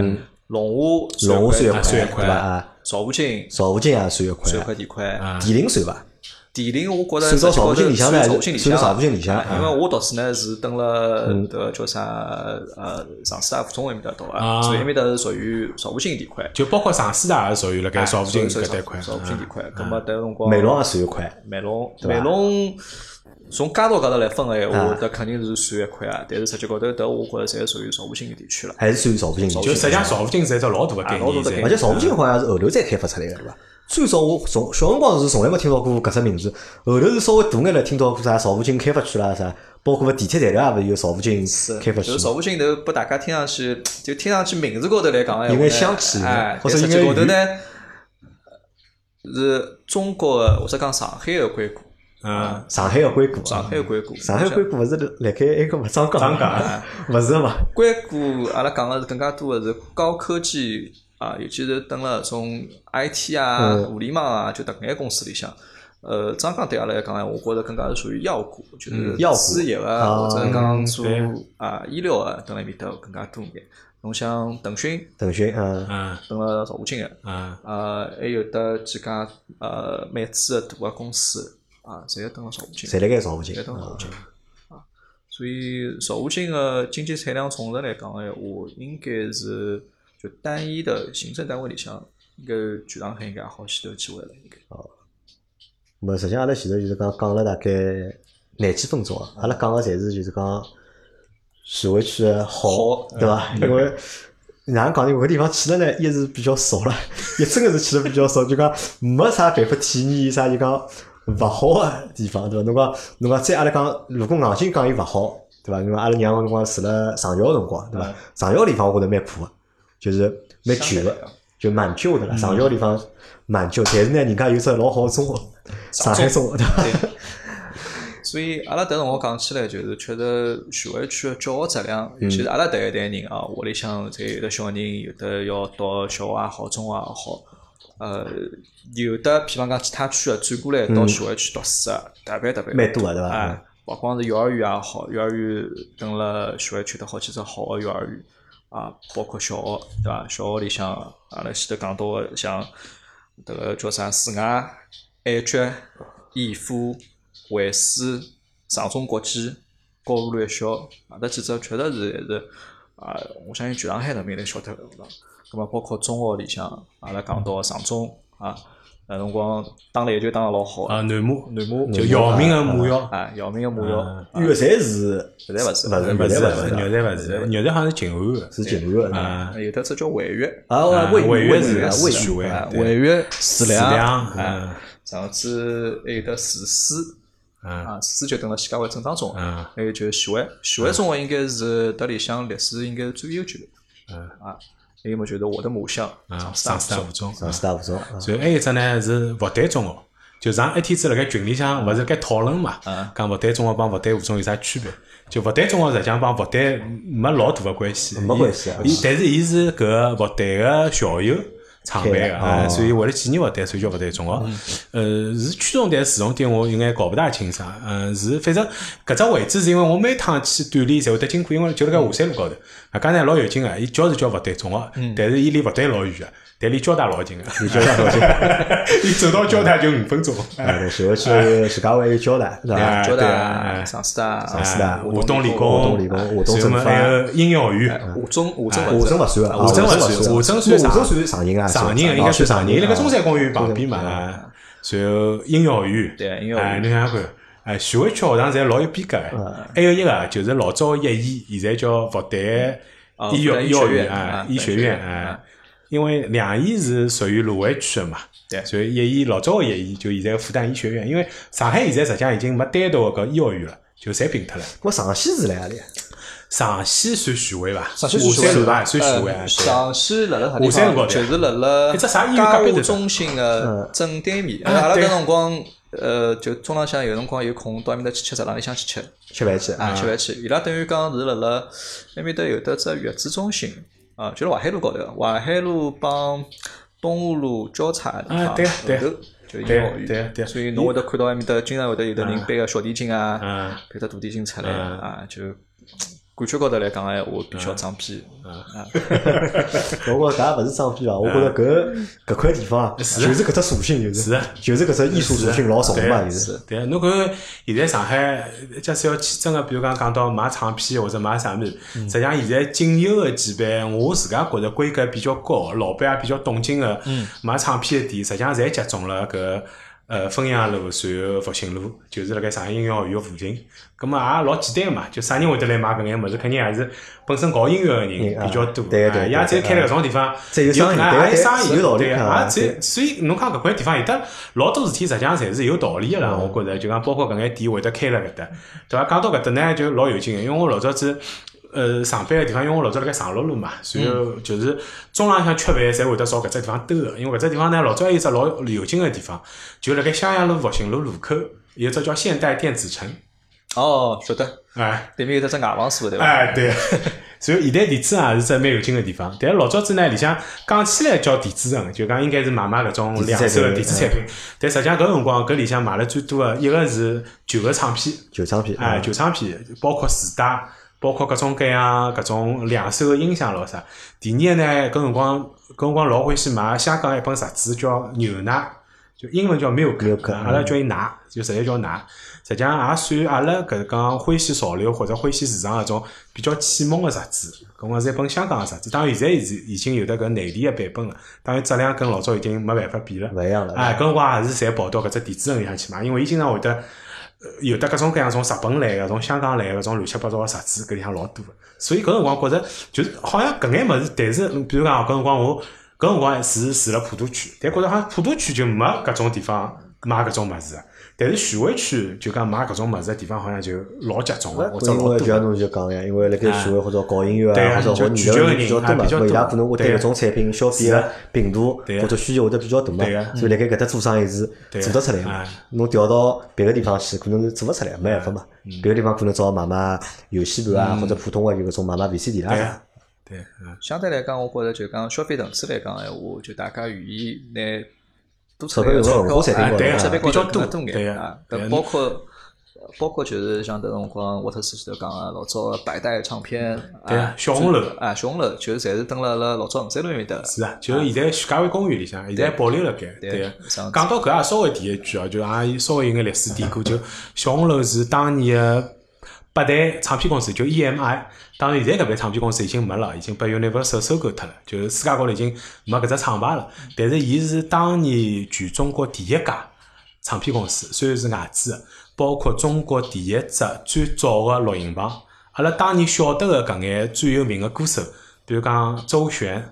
Speaker 3: 龙虾
Speaker 2: 龙虾
Speaker 3: 算
Speaker 2: 算
Speaker 1: 算
Speaker 2: 一
Speaker 1: 一
Speaker 2: 块
Speaker 1: 块
Speaker 2: 对伐？啊，
Speaker 3: 赵武金
Speaker 2: 赵无尽也算一块
Speaker 3: 算一
Speaker 2: 啊，
Speaker 3: 块地块。
Speaker 1: 啊
Speaker 2: 钿林算伐？
Speaker 3: 钿林我觉着
Speaker 2: 算到赵无
Speaker 3: 实际高头
Speaker 2: 尽里向呢
Speaker 3: 算赵武进里向
Speaker 2: 算到赵武进里向
Speaker 3: 啊哎因为我读书呢是蹲了
Speaker 2: 嗯
Speaker 3: 迭个叫啥呃上师大附中埃面搭读
Speaker 1: 啊
Speaker 3: 啊，所以埃面搭是属于赵武进地块。哎
Speaker 1: 就包括上师大也属于辣盖邵武进搿
Speaker 3: 地
Speaker 1: 带块。
Speaker 3: 邵武进地
Speaker 1: 嗯
Speaker 3: 块。葛末迭个辰光，
Speaker 2: 美容也算一块，
Speaker 3: 美容，
Speaker 2: 吧
Speaker 3: 美容从街道高头来分个闲话
Speaker 2: 啊，
Speaker 3: 迭肯定是算一块啊。但是实际高头迭我觉着侪属于赵武进个地区了。
Speaker 2: 还是算赵无尽里向。
Speaker 1: 就实际上邵武进是一只老大个概
Speaker 3: 啊老
Speaker 1: 念
Speaker 3: 大的
Speaker 1: 在
Speaker 3: 概念
Speaker 2: 而且赵无尽好像是后头才开发出来的，对伐？最早我从小辰光是从来没听到过搿只名字，后头是稍微大眼了听到过啥邵无尽开发区啦啥，包括地铁站里也勿是有邵无尽
Speaker 3: 是，
Speaker 2: 开发区
Speaker 3: 就是
Speaker 2: 嘛。
Speaker 3: 赵武进头拨大家听上去，就听上去名字高头来讲，哎
Speaker 2: 有眼
Speaker 3: 我呢
Speaker 2: 香气
Speaker 3: 哎，
Speaker 2: 或
Speaker 3: 但
Speaker 2: 者
Speaker 3: 实
Speaker 2: 有眼
Speaker 3: 际高头
Speaker 2: 鱼
Speaker 3: 呢，是中国的或者讲上海的硅谷，
Speaker 1: 嗯，
Speaker 2: 上海个硅谷啊，
Speaker 3: 上海的硅谷，
Speaker 2: 上海硅谷勿是辣盖埃个勿张江
Speaker 1: 张
Speaker 2: 江，
Speaker 3: 啊
Speaker 2: 勿是嘛？
Speaker 3: 硅谷，阿拉讲的是更加多的是高科技啊，尤其是等了种 IT 啊、
Speaker 2: 嗯
Speaker 3: 互联网啊，就迭眼公司里向。呃，张江对阿拉来讲呢，我觉着更加是属于药股，就是
Speaker 2: 嗯药股
Speaker 3: 制药啊，
Speaker 2: 啊
Speaker 3: 或者讲做
Speaker 1: 对
Speaker 3: 啊医疗啊，等辣埃面搭更加多眼。侬像腾讯，
Speaker 2: 腾讯嗯，
Speaker 1: 嗯
Speaker 3: 等了赵武进个，
Speaker 1: 嗯，
Speaker 3: 呃，还有得几家呃美资的大个公司啊，侪登了赵武进，
Speaker 2: 侪辣盖赵无尽
Speaker 3: 侪。登了赵武进啊。所以赵武进个经济产量总值来讲个闲话，应该是就单一的行政单位里向，应该全上海应该也好前头几位了，应该。
Speaker 2: 么实际上阿拉前头就是讲讲了大概廿几分钟啊，阿拉讲个侪是就是讲徐汇区的好
Speaker 3: 好，嗯
Speaker 2: 对伐？因为哪能讲呢？我搿地方去了呢，一是比较少了， 也真个是去了比较少，就讲没啥办法体验啥就讲勿好个地方，对伐？侬讲侬讲再阿拉讲，如果硬劲讲伊勿好，对伐？因为阿拉娘辰光住了上桥辰光，对伐
Speaker 3: 嗯？
Speaker 2: 上桥地方我觉着蛮苦个，就是蛮
Speaker 3: 相
Speaker 2: 卷
Speaker 3: 对来
Speaker 2: 个。
Speaker 3: 讲
Speaker 2: 就蛮旧的了，上桥地方蛮旧，但是呢，人家有只老好的中学，上海中学对吧？
Speaker 3: 对。所以阿拉迭辰光讲起来，就是确实徐汇区的教学质量，尤其是阿拉迭一代人啊，屋里向侪有的小人，有的要读小学也好，中学也好。呃，有的譬方讲其他区的转过来到徐汇区读书的，特别特别
Speaker 2: 蛮多的对吧
Speaker 3: 哎，勿光是幼儿园也好，幼儿园等了徐汇区的好几只好的幼儿园啊，包括小学对伐？小学里向阿拉前头讲到的像迭个叫啥四外、爱菊、逸夫、惠师、上中国际、高河路一小啊，迭几只确实是还是啊，我相信全上海人民侪晓得个地方。葛末包括中学里向，阿拉讲到上中啊，那辰光打篮球打得老好
Speaker 1: 啊，
Speaker 3: 啊，
Speaker 1: 南模，
Speaker 3: 南模
Speaker 1: 就姚明个母校，
Speaker 3: 啊，姚明个母校
Speaker 1: 啊
Speaker 2: 原来是
Speaker 3: 现在勿是
Speaker 2: 勿是
Speaker 1: 勿
Speaker 2: 原
Speaker 1: 是
Speaker 2: 来勿
Speaker 1: 肉
Speaker 2: 是，
Speaker 1: 站勿是，肉站好像是静安个，
Speaker 2: 是锦南的
Speaker 1: 啊，
Speaker 3: 有的只叫惠越，
Speaker 2: 啊，
Speaker 1: 魏
Speaker 2: 魏
Speaker 1: 魏
Speaker 2: 魏
Speaker 1: 是
Speaker 2: 啊
Speaker 1: 是
Speaker 2: 魏
Speaker 1: 徐汇
Speaker 3: 啊，
Speaker 1: 对
Speaker 3: 惠越、四
Speaker 1: 四
Speaker 3: 梁
Speaker 1: 两，
Speaker 3: 啊，上次还有的厨师
Speaker 1: 嗯
Speaker 3: 啊，厨师就等了西家湾正当中学，
Speaker 1: 嗯
Speaker 3: 还有就是徐汇，徐
Speaker 1: 啊
Speaker 3: 汇中学应该是迭里向历史应该是最悠久的，
Speaker 1: 嗯
Speaker 3: 啊，还有么就是我的母校
Speaker 1: 嗯，
Speaker 3: 上
Speaker 1: 上师大附中，
Speaker 2: 上师大附中啊，
Speaker 1: 然后还有一只呢是复旦中学，就上一天子辣盖群里向勿是辣盖讨论嘛
Speaker 3: 嗯，
Speaker 1: 讲复旦中学帮复旦附中有啥区别？就复旦中学实际上帮复旦没老大个关系，
Speaker 2: 没
Speaker 1: 伊
Speaker 2: 关系啊
Speaker 1: 伊但是伊是搿个复旦个校友。创办
Speaker 2: 开
Speaker 1: 个
Speaker 2: 的
Speaker 1: 啊，
Speaker 2: 哦嗯
Speaker 1: 所以为了纪念复旦，所以叫复旦中学。呃，是区重点、市重点，我有眼搞勿大清爽。嗯，是反正搿只位置是因为我每趟去锻炼侪会得经过，因为就辣盖华山路高头。啊，刚才老有劲个，伊叫是叫复旦中学，
Speaker 2: 嗯
Speaker 1: 但是伊离复旦老远个，但离交大老近个。啊
Speaker 2: 交大附中，
Speaker 1: 伊走到交大就五分钟。
Speaker 2: 啊对徐汇区徐家汇有交大，对
Speaker 1: 啊
Speaker 2: 伐？
Speaker 3: 交
Speaker 1: 对啊
Speaker 3: 大、上师大、
Speaker 2: 上师大
Speaker 3: 啊
Speaker 1: 华哎东理工、
Speaker 2: 华东理工华东
Speaker 1: 什
Speaker 2: 政
Speaker 1: 么
Speaker 2: 法哎
Speaker 1: 还有音乐学院。
Speaker 3: 华中、华中勿
Speaker 2: 华
Speaker 3: 是
Speaker 2: 中勿算啊，
Speaker 1: 华中
Speaker 2: 勿
Speaker 1: 勿算华中
Speaker 2: 华中算
Speaker 1: 算
Speaker 2: 上
Speaker 1: 上
Speaker 2: 算上宁啊，
Speaker 1: 上宁应该算上宁，
Speaker 2: 宁，
Speaker 1: 辣盖中山公园
Speaker 2: 啊
Speaker 1: 旁边嘛。啊然后音乐学院，
Speaker 3: 对音乐学
Speaker 1: 哎，
Speaker 3: 院
Speaker 1: 你想想看，哎，徐汇区学堂侪老有逼格
Speaker 2: 嗯
Speaker 1: 的。还有一个啊就是老早一医，现在叫复旦
Speaker 3: 啊
Speaker 1: 医
Speaker 3: 复
Speaker 1: 药
Speaker 3: 旦医
Speaker 1: 医药
Speaker 3: 学
Speaker 1: 院
Speaker 3: 院
Speaker 1: 啊
Speaker 3: 啊，
Speaker 1: 医
Speaker 3: 复旦
Speaker 1: 学
Speaker 3: 医学
Speaker 1: 院
Speaker 3: 院
Speaker 1: 啊
Speaker 3: 啊。
Speaker 1: 因为两医是属于卢湾区的嘛，
Speaker 3: 对
Speaker 1: 所以一医老早个一医就现在的复旦医学院，因为上海现在实际上已经没单独个搿医学院了，就侪并脱了。
Speaker 2: 我上戏是来里？
Speaker 1: 上戏算徐汇伐？
Speaker 3: 上戏
Speaker 1: 华
Speaker 3: 算
Speaker 1: 山
Speaker 3: 徐
Speaker 1: 路
Speaker 3: 汇
Speaker 1: 伐？也算徐汇
Speaker 2: 嗯
Speaker 1: 啊
Speaker 3: 呃，。上戏辣辣啥地
Speaker 1: 华山路高
Speaker 3: 方？
Speaker 1: 头
Speaker 3: 就是辣辣
Speaker 1: 一只啥医院
Speaker 3: 家
Speaker 1: 隔壁头
Speaker 3: 务中心的正对面。
Speaker 1: 嗯
Speaker 3: 呃阿拉
Speaker 1: 对
Speaker 3: 搿辰光，呃，就中浪向有辰光有空到埃面搭去吃，食堂里向去吃
Speaker 2: 吃饭去
Speaker 3: 啊，吃饭去。伊拉等于讲是辣辣埃面搭有得只月子中心啊，就是淮海路高头，淮海路帮东湖路交叉的地
Speaker 1: 啊
Speaker 3: 方
Speaker 1: 对对
Speaker 3: 后头就医学
Speaker 1: 对
Speaker 3: 院
Speaker 1: 对，啊对
Speaker 3: 所以侬会得看到埃面搭经常会得有的人背个小提琴啊
Speaker 1: 嗯，
Speaker 3: 背只大提琴出来
Speaker 1: 嗯
Speaker 3: 啊，就感觉高头来讲个闲话，比较装逼。啊
Speaker 2: 我觉着搿也勿是装逼伐？我觉着搿搿块地方啊，
Speaker 1: 是
Speaker 2: 就
Speaker 1: 啊
Speaker 2: 是搿只属性，就是是
Speaker 1: 啊
Speaker 2: 就是搿只艺术属性老重嘛，就是。
Speaker 1: 对啊，侬看现在上海，假使要去真个，比如讲讲到买唱片或者买啥物事，
Speaker 2: 嗯
Speaker 1: 实际上现在仅有个几爿，我自家觉着规格比较高，老板也比较懂经个，
Speaker 2: 嗯
Speaker 1: 买唱片个店，实际上侪集中了搿呃汾阳路，然后复兴路，就是辣盖上海音乐学院附近。咁么也老简单个嘛，就啥人会得来买搿眼物事？肯定还是本身搞音乐个人
Speaker 2: 嗯啊
Speaker 1: 比较多，
Speaker 2: 对对
Speaker 1: 啊
Speaker 2: 对
Speaker 1: 伊也只有
Speaker 2: 对
Speaker 1: 开了搿种地方，
Speaker 2: 才有生
Speaker 1: 搿
Speaker 2: 意
Speaker 1: 能
Speaker 2: 对
Speaker 1: 也有哎
Speaker 2: 对
Speaker 1: 生意，
Speaker 2: 有道理
Speaker 1: 对
Speaker 2: 啊
Speaker 1: 啊，也只
Speaker 2: 对
Speaker 1: 所以侬讲搿块地方有得老多事体，实际上侪是有道理个啦。我觉着就讲包括搿眼店会得开辣搿搭，对伐？讲到搿搭呢，就老有劲个，因为我老早子。呃，上班个地方，因为我老早辣盖长乐路嘛，然后就是中浪向吃饭，侪会得朝搿只地方兜个。因为搿只地方呢，老早还有一只老有劲个地方，就辣盖襄阳路复兴路路口，有一只叫现代电子城，
Speaker 3: 哦，晓得，
Speaker 1: 哎，
Speaker 3: 对面有得只外房store对伐？
Speaker 1: 哎， 对。所以现在地主也是只蛮有劲个地方，但是老早子呢，里向讲起来叫地主城，就讲应该是买卖搿种两手个电子产品。但实际上搿辰光搿里向买了最多个，一个是旧个唱片，
Speaker 2: 旧唱片，
Speaker 1: 哎，旧唱片，包括磁带，包括各种各样搿种两手个音响咯啥。第二呢，搿辰光搿辰光老欢喜买香港一本杂志叫《牛奶》，就英文叫 Milk，,
Speaker 2: Milk，
Speaker 1: 啊阿拉叫伊奶，就直接叫奶。实际上也算阿拉搿讲欢喜潮流或者欢喜市场搿种比较启蒙个杂志。搿辰光是一本香港个杂志，当然现在已经已经有得搿内地个版本了，当然质量跟老早已经没办法比了。
Speaker 2: 勿一样了。
Speaker 1: 哎，搿辰光也是侪跑到搿只电子城里向去买，因为伊经常会得呃有得各种各样从日本来个、从香港来个、种乱七八糟个杂志，搿里向老多个。所以搿辰光觉着就是好像搿眼物事，但是比如讲搿辰光我搿辰光是住辣普陀区，但觉着好像普陀区就没搿种地方买搿种物事个。但是徐汇区就讲买搿种物事个地方好像就老集中个，或者
Speaker 2: 因
Speaker 1: 老
Speaker 2: 为
Speaker 1: 多
Speaker 2: 就像
Speaker 1: 个。
Speaker 2: 侬就讲呀，因为辣盖徐汇或者搞音乐
Speaker 1: 对啊
Speaker 2: 啊，或者
Speaker 1: 就
Speaker 2: 搞艺
Speaker 1: 聚集
Speaker 2: 术
Speaker 1: 的
Speaker 2: 人比
Speaker 1: 人
Speaker 2: 较多
Speaker 1: 啊
Speaker 2: 嘛，
Speaker 1: 比较
Speaker 2: 咾伊拉
Speaker 1: 多
Speaker 2: 可能会对
Speaker 1: 对啊
Speaker 2: 搿种产品消
Speaker 1: 是
Speaker 2: 费
Speaker 1: 啊
Speaker 2: 个频度
Speaker 1: 对啊
Speaker 2: 或者需求会得比较大嘛
Speaker 1: 对啊，
Speaker 2: 所以辣盖搿搭做生意是
Speaker 1: 对啊
Speaker 2: 做得出来嘛
Speaker 1: 啊。
Speaker 2: 侬调到别个地方去，可能是做勿出来，没办法
Speaker 1: 哎
Speaker 2: 嘛。
Speaker 1: 嗯
Speaker 2: 别个地方可能只好买买游戏盘啊，或者普通个就搿种买买 VCD
Speaker 1: 对
Speaker 2: 啦
Speaker 1: 啊。对，嗯
Speaker 3: 相对来讲，我觉着就讲消费层次来讲闲话，就大家愿意拿多
Speaker 2: 钞票用到文化产品高头
Speaker 3: 啊，
Speaker 2: 啊
Speaker 3: 钞票
Speaker 1: 比较
Speaker 3: 多
Speaker 1: 多对
Speaker 3: 眼
Speaker 1: 啊
Speaker 3: 啊，
Speaker 1: 对啊
Speaker 3: 搿包括。包括就是像迭辰光，沃特斯前头讲啊个老早个百代唱片，
Speaker 1: 对啊小红楼
Speaker 3: 啊，小红楼就是侪是蹲辣辣老早衡山路埃面搭。
Speaker 1: 是啊，就现在徐家汇公园里向，现在保留了该。
Speaker 3: 对
Speaker 1: 对啊，
Speaker 3: 上
Speaker 1: 讲到搿也稍微提一句哦，就也稍微有眼历史典故，就小红楼是当年个八代唱片公司，就 EMI。当然，现在搿爿唱片公司已经没了，已经被 Universal 收购脱了，就是世界高头已经没搿只厂牌了。但是，伊是当年全中国第一家唱片公司，虽然是外资的，包括中国第一只最早个录音棚。阿拉当年晓得个搿眼最有名个歌手，比如讲周璇，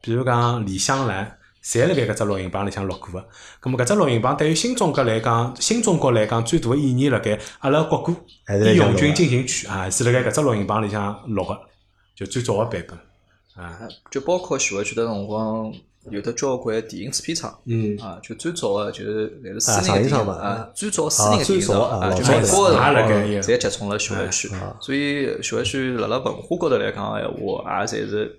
Speaker 1: 比如讲李香兰，侪辣盖搿只录音棚里向录过个。咁么搿只录音棚对于新中国来讲，新中国来讲最大个意义辣盖阿拉国歌
Speaker 2: 还是
Speaker 1: 《义
Speaker 2: 辣盖
Speaker 1: 勇
Speaker 2: 录
Speaker 1: 军
Speaker 2: 啊
Speaker 1: 进行曲》啊，是辣盖搿只录音棚里向录个，就最早个版本。
Speaker 3: 啊就包括徐汇区的辰光，有的交关电影制片厂，
Speaker 1: 嗯
Speaker 3: 啊，就最早的就是来自私
Speaker 2: 啊上
Speaker 3: 人的电
Speaker 2: 影
Speaker 3: 影
Speaker 2: 厂吧
Speaker 3: 啊，最早私人
Speaker 2: 啊
Speaker 3: 的电
Speaker 2: 最
Speaker 3: 影
Speaker 2: 早
Speaker 3: 厂
Speaker 2: 啊
Speaker 3: 就
Speaker 2: 老
Speaker 3: 美国的
Speaker 1: 早
Speaker 3: 辰
Speaker 1: 也辣
Speaker 3: 光
Speaker 1: 盖有
Speaker 3: 侪集中了徐汇区，所以徐汇区辣辣文化高头来讲的闲话，也侪是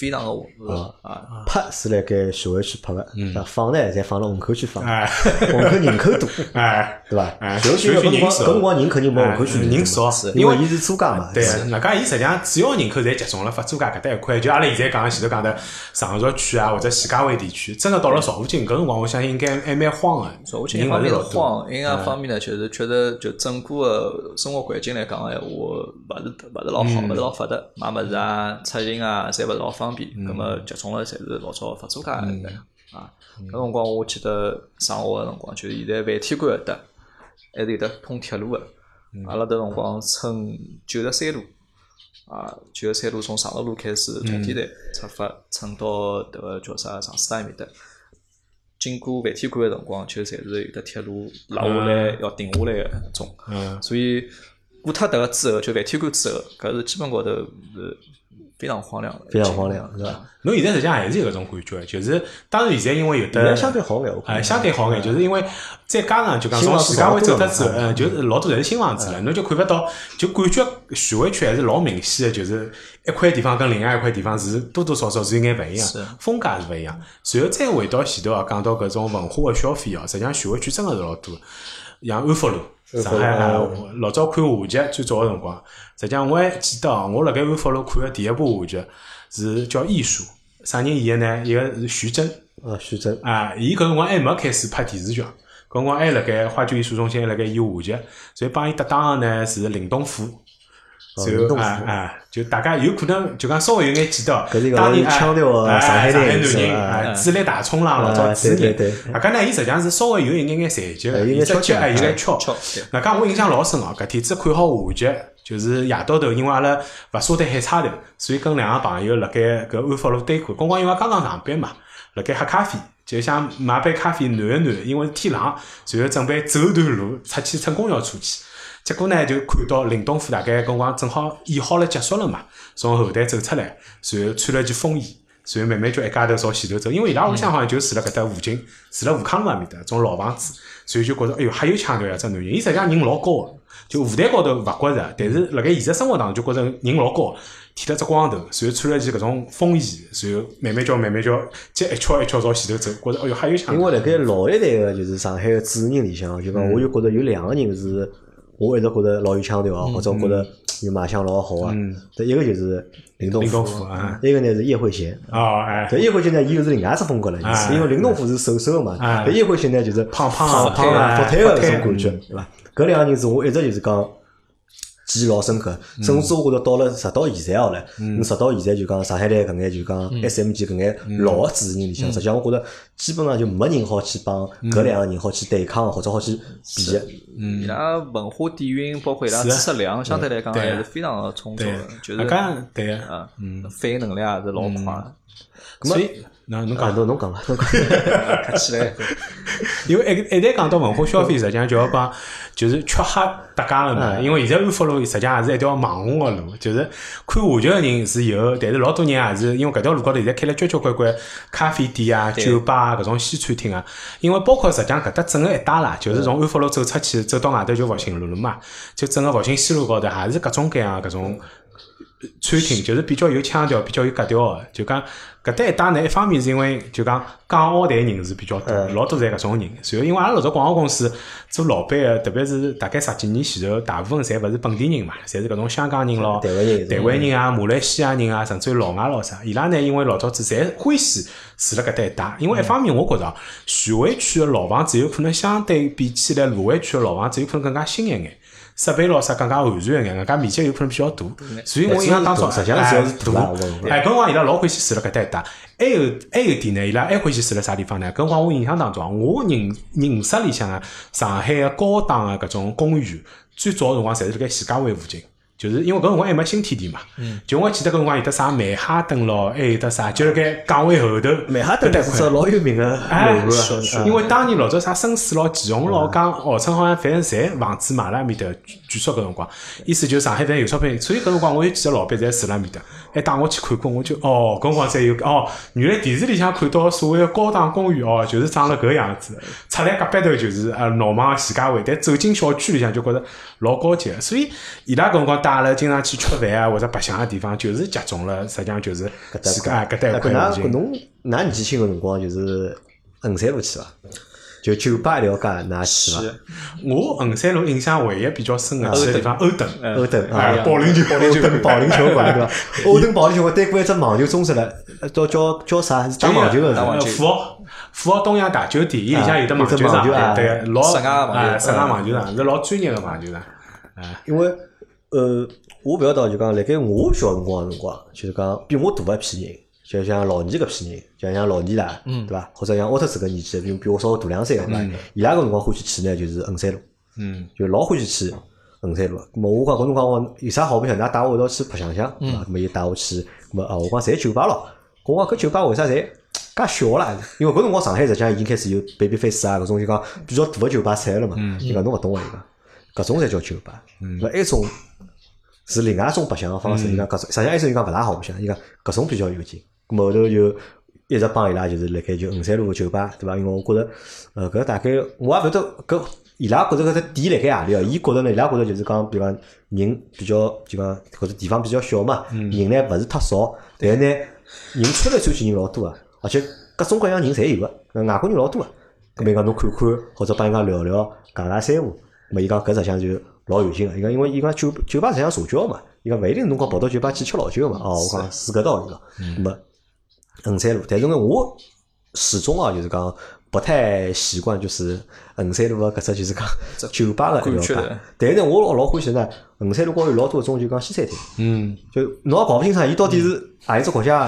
Speaker 3: 非常的混乱啊。
Speaker 2: 拍是辣盖徐汇区拍个，那放呢侪放辣虹口区 放，
Speaker 1: 嗯哎
Speaker 2: 虹口人口 多，
Speaker 1: 哎，
Speaker 2: 对伐
Speaker 1: 哎？
Speaker 2: 徐汇区
Speaker 1: 徐汇区
Speaker 2: 搿辰
Speaker 1: 人
Speaker 2: 光
Speaker 1: 少
Speaker 2: 搿辰光人肯定没虹口区
Speaker 1: 哎人
Speaker 2: 多嘛
Speaker 1: 少，
Speaker 2: 因
Speaker 1: 因
Speaker 2: 为
Speaker 1: 为
Speaker 2: 伊是租界嘛，
Speaker 1: 对
Speaker 2: 是
Speaker 1: 啊，外加伊实际上主要人口侪集中了法租界搿搭一块，就阿拉现在讲的前头讲的长乐区啊，或者徐家汇地区，真个到了巢湖泾搿辰光，我相信应该还蛮荒个，
Speaker 3: 我觉
Speaker 1: 人
Speaker 3: 得一
Speaker 1: 勿
Speaker 3: 方
Speaker 1: 是
Speaker 3: 面是
Speaker 1: 老哎多。
Speaker 3: 慌，另外一方面呢，就是确实就整个的生活环境来讲的闲话，勿是勿是老
Speaker 1: 嗯
Speaker 3: 好，勿是老发达，买物事啊、出行啊，侪勿是老方便。咁么
Speaker 1: 嗯
Speaker 3: 集中了，侪是老早发租界的啊。搿辰光我记得上学个辰光，就是现在饭天馆搿搭还是有得通铁路个。
Speaker 1: 嗯
Speaker 3: 阿拉搿辰光乘九十三路啊，九十三路从长乐路开始，从天台
Speaker 1: 嗯
Speaker 3: 出发，乘到迭个叫啥长师大埃面搭。经过饭天馆个辰光，就侪是有得铁路拉下来要停下来个那种，
Speaker 1: 嗯，
Speaker 3: 所以过脱迭个之后，就饭天馆之后，搿是基本高头是非常荒凉的，
Speaker 2: 非常荒凉，是伐？
Speaker 1: 侬现在实际上还是有搿种感觉，就是当然现在因为有
Speaker 2: 现在
Speaker 1: 得
Speaker 2: 相对好眼，我看
Speaker 1: 哎，相对好眼，就是因为再加上就讲
Speaker 2: 新
Speaker 1: 从
Speaker 2: 房
Speaker 1: 徐
Speaker 2: 子
Speaker 1: 家汇走脱
Speaker 2: 老多了
Speaker 1: 之后，
Speaker 2: 嘛
Speaker 1: 嗯，就是老多侪是新房子了，侬就看勿到，就感觉徐汇区还是老明显的，就是一块地方跟另外一块地方是多多少少是有眼勿一样
Speaker 3: 是，
Speaker 1: 风格也是勿一样。然后再回到前头啊，讲到搿种文化的消费哦，实际上徐汇区真个是老多，像安福路。上海
Speaker 2: 安
Speaker 1: 啊
Speaker 2: 福，
Speaker 1: 我老早看话剧，最早个辰光，实际上我还记得哦，我辣盖安福路看个第一部话剧是叫《艺术》，啥人演的呢？一个是徐峥
Speaker 2: 啊，徐峥，
Speaker 1: 啊，伊搿辰光还没开始拍电视剧，搿辰光还辣盖话剧艺术中心还辣盖演话剧，所以帮伊搭档个呢是林东富。
Speaker 2: 哦
Speaker 1: 然
Speaker 2: 林
Speaker 1: 后
Speaker 2: 东
Speaker 1: 啊
Speaker 2: 富
Speaker 1: 啊，就大家有可能就讲稍微有眼记得哦
Speaker 2: 搿是一，个
Speaker 1: 当年
Speaker 2: 老有腔调的
Speaker 1: 啊
Speaker 2: 上海
Speaker 1: 哎
Speaker 2: 男
Speaker 1: 男
Speaker 2: 是
Speaker 1: 人
Speaker 2: 吧嗯
Speaker 1: 啊，资历大冲浪，老早
Speaker 2: 啊
Speaker 1: 资
Speaker 2: 对
Speaker 1: 历
Speaker 2: 对，啊
Speaker 1: 啊，搿呢，伊实际上是稍微有一眼眼残疾的，
Speaker 2: 有眼
Speaker 1: 伊只
Speaker 2: 敲
Speaker 1: 脚
Speaker 2: 击
Speaker 1: 哎有眼敲
Speaker 3: 敲对
Speaker 1: 那讲我印象老深哦，搿天子看好话剧，就是夜到头，因为阿拉勿舍得海差头，所以跟两个朋友辣盖搿安福路对看。光光因为刚刚上班嘛，辣盖喝咖啡，就想买杯咖啡暖一暖，因为天冷，然后准备走段路出去乘公交车去。结果呢，就看到林东富大概辰光正好演好了结束了嘛，从后台走出来，然后穿了件风衣，然后慢慢就一家头朝前头走，因为伊拉屋里向好像就住辣搿搭附近，住辣武康路阿面搭，种老房子，所以就觉着哎哟，还有腔调呀，这男人，伊实际上人老高个，就舞台高头勿觉着，但是辣盖现实生活当中就觉着人老高，剃了只光头，然后穿了件搿种风衣，然后慢慢叫慢慢叫，接一圈一圈朝前头走，觉着哎哟，还有腔
Speaker 2: 因
Speaker 1: 调。
Speaker 2: 为辣盖老一代个就是上海个主持人里向，就
Speaker 1: 嗯
Speaker 2: 讲我就觉得有两个人是，我一直觉得老有腔调
Speaker 1: 嗯
Speaker 2: 啊，或者觉得有卖相老好啊。对，一个就是林东
Speaker 1: 林东
Speaker 2: 富
Speaker 1: 富，啊
Speaker 2: 一个呢是叶慧贤。
Speaker 1: 哦哎，
Speaker 2: 但叶慧贤呢，伊又是另外一只风格了，就
Speaker 1: 哎
Speaker 2: 是因为林东富是瘦瘦个嘛，
Speaker 1: 哎
Speaker 2: 但叶慧贤呢就是
Speaker 1: 胖胖啊
Speaker 2: 胖胖啊，
Speaker 1: 腹
Speaker 2: 福
Speaker 1: 腿
Speaker 2: 腿
Speaker 1: 啊
Speaker 2: 个搿种
Speaker 1: 腹
Speaker 2: 感
Speaker 1: 腿
Speaker 2: 觉，对伐？搿两个人是我一直就是讲记忆老深刻，
Speaker 1: 嗯
Speaker 2: 甚至我觉得到了直到现在好了，你直到现在就讲上海台搿眼就讲
Speaker 1: 嗯
Speaker 2: S M G 搿眼老个主持人里向，实际上我觉得基本上就没人好去帮
Speaker 1: 嗯
Speaker 2: 搿两个人好去对抗或者好去比的。
Speaker 3: 伊拉文化底蕴，包括伊拉
Speaker 1: 是
Speaker 3: 知
Speaker 1: 啊
Speaker 3: 识量，相对来讲
Speaker 1: 对
Speaker 3: 还
Speaker 1: 啊
Speaker 3: 是非常的充足
Speaker 1: 对
Speaker 3: 的，，就是
Speaker 1: 啊嗯搿对个，
Speaker 3: 啊，反应能力也是老快。
Speaker 1: 所以那侬
Speaker 2: 啊，
Speaker 1: 讲
Speaker 2: 侬侬讲伐？侬讲
Speaker 3: 看起来，
Speaker 1: 因为一一旦讲到文化消费，实际上就要帮就是吃黑大家了嘛。
Speaker 2: 嗯
Speaker 1: 因为现在安福路实际上也是一条网红个路，就是看话剧个人是有，但是老多人也是因为搿条路高头现在开了交交关关咖啡店啊、
Speaker 3: 对
Speaker 1: 酒吧啊搿种西餐厅啊。因为包括实际上搿搭整个一带啦，就是从安福路走出去，走到外头就复兴路了嘛，就整个复兴西路高头也是各种各样的搿种。餐厅，就是比较有腔调、比较有格调的。就讲搿搭一带呢，一方面是因为就讲港澳台人是比较多，
Speaker 2: 嗯
Speaker 1: 老多侪搿种人。然后因为阿拉老早广告公司做老板个，特别是大概十几年前头，大部分侪勿是本地人嘛，侪是搿种香港人咯、
Speaker 2: 台湾人
Speaker 1: 台湾人啊、马来西亚人啊，甚至于老外咯啥。伊拉呢，因为老早子侪欢喜住辣搿搭一带，因为一方面我觉着徐汇区个老房子有可能相对比起来卢湾区个老房子有可能更加新一眼。设备咯啥更加完善一眼，更加面积有可能比较大，所以我印象当中，
Speaker 2: 实际上主要是
Speaker 1: 大
Speaker 2: 大我觉着
Speaker 1: 啊哎，搿辰光伊拉老欢喜住辣搿搭一带。还有还有点呢，伊拉还欢喜住辣啥地方呢？搿辰光我印象当中啊，我认认识里向啊，上海个高档啊个搿种公园，最早个辰光侪是辣盖徐家汇附近。就是因为搿辰光还没新天地嘛，
Speaker 2: 嗯
Speaker 1: 就我记得搿辰光有得啥曼哈顿咯，还有得啥，就辣盖港湾后头
Speaker 2: 曼哈顿
Speaker 1: 搿搭
Speaker 2: 是
Speaker 1: 块
Speaker 2: 只老有名个
Speaker 1: 哎
Speaker 2: 楼，
Speaker 1: 是嗯
Speaker 2: 啊，
Speaker 1: 因为当年老早啥深水咯、祁宏咯、讲号称好像反正侪房子买了埃面搭，据据说搿辰光，意思就是上海反正有钞票人，所以搿辰光我有几个老板侪住辣埃面搭，还带我去看过，我就哦，搿辰光才有哦，原来电视里向看到所谓个高档公寓哦，就是长了搿样子，出来隔壁头就是呃闹忙个徐家汇，但走进小区里向就觉着老高级，所以伊拉搿辰光带阿拉经常去吃饭啊或者白相个地方，就是集中了，实际上就是
Speaker 2: 搭一
Speaker 1: 徐
Speaker 2: 块
Speaker 1: 家啊搿搭一
Speaker 2: 哎搿
Speaker 1: 块
Speaker 2: 㑚
Speaker 1: 附
Speaker 2: 搿
Speaker 1: 近。
Speaker 2: 侬㑚年纪轻个辰光就是衡山路去伐？就酒吧一条街㑚去伐？
Speaker 3: 是
Speaker 1: 我衡山路印象唯一比较深的几个地方，欧登，
Speaker 2: 欧登
Speaker 1: 啊哎
Speaker 2: 啊，
Speaker 1: 保龄球，保
Speaker 2: 欧登保龄球 馆 对伐？欧登保龄球馆对过一只网球中心了，呃叫叫叫啥？是打网球个是
Speaker 3: 打
Speaker 2: 吧
Speaker 3: 网？球
Speaker 1: 富豪，富豪东阳大酒店，伊里向有的网球
Speaker 2: 啊有的
Speaker 1: 场，
Speaker 2: 网球
Speaker 1: 对，老
Speaker 3: 室外的网球
Speaker 1: 哎室外网球场是老专业的网球啊场，
Speaker 2: 因为呃，我勿晓得就讲，辣盖我小辰光个辰光，就是讲比我大一批人，就像老倪搿批人，就像老倪啦，
Speaker 3: 嗯
Speaker 2: 对伐？或者像奥特斯搿年纪，比比我稍微大两岁个对伐？伊拉搿辰光欢喜去呢，就是衡山路。
Speaker 1: 嗯，
Speaker 2: 就老欢喜去衡山路。咾么我讲搿辰光我有啥好白相？㑚带我一道去白相相，对伐？咾么伊带我去，咾么啊，我讲侪酒吧咯。我讲搿酒吧为啥侪介小啦？因为搿辰光上海实际上已经开始有 Baby Face 啊搿种就讲比较大个酒吧出来了嘛。伊讲侬勿懂啊，伊讲搿种才叫酒吧。咾埃种是另外一种白相个方式。伊讲搿种实际上埃种伊讲勿大好白相，伊讲搿种比较有劲。咾么后头就。一直帮伊拉就是辣盖就衡山路个酒吧，对伐？因为我觉着，呃，搿大概我也勿晓得搿伊拉觉着搿只点辣盖何里哦。伊觉着呢，伊拉觉着就是讲，比方人比较就讲搿只地方比较小嘛，人呢勿是太少，但是呢，人穿来穿去人老多啊，而且各种各样人侪有个，外国人老多啊。咁伊讲侬看看，或者帮人家聊聊，讲讲三胡。么伊讲搿实际上就老有劲个，伊讲因为伊讲酒酒吧实际上社交嘛，伊讲勿一定侬讲跑到酒吧去吃老酒嘛，哦，我讲是搿道理咯。那么横山路，但是呢，我始终啊就是讲不太习惯，就是横山路个搿只就是讲酒吧个一
Speaker 3: 感觉
Speaker 2: 条
Speaker 3: 的
Speaker 2: 街。但是呢，我老欢喜呢，横山路高头有老多搿种就讲西餐厅。
Speaker 1: 嗯，
Speaker 2: 就侬也搞勿清爽，伊到底是何一只国家，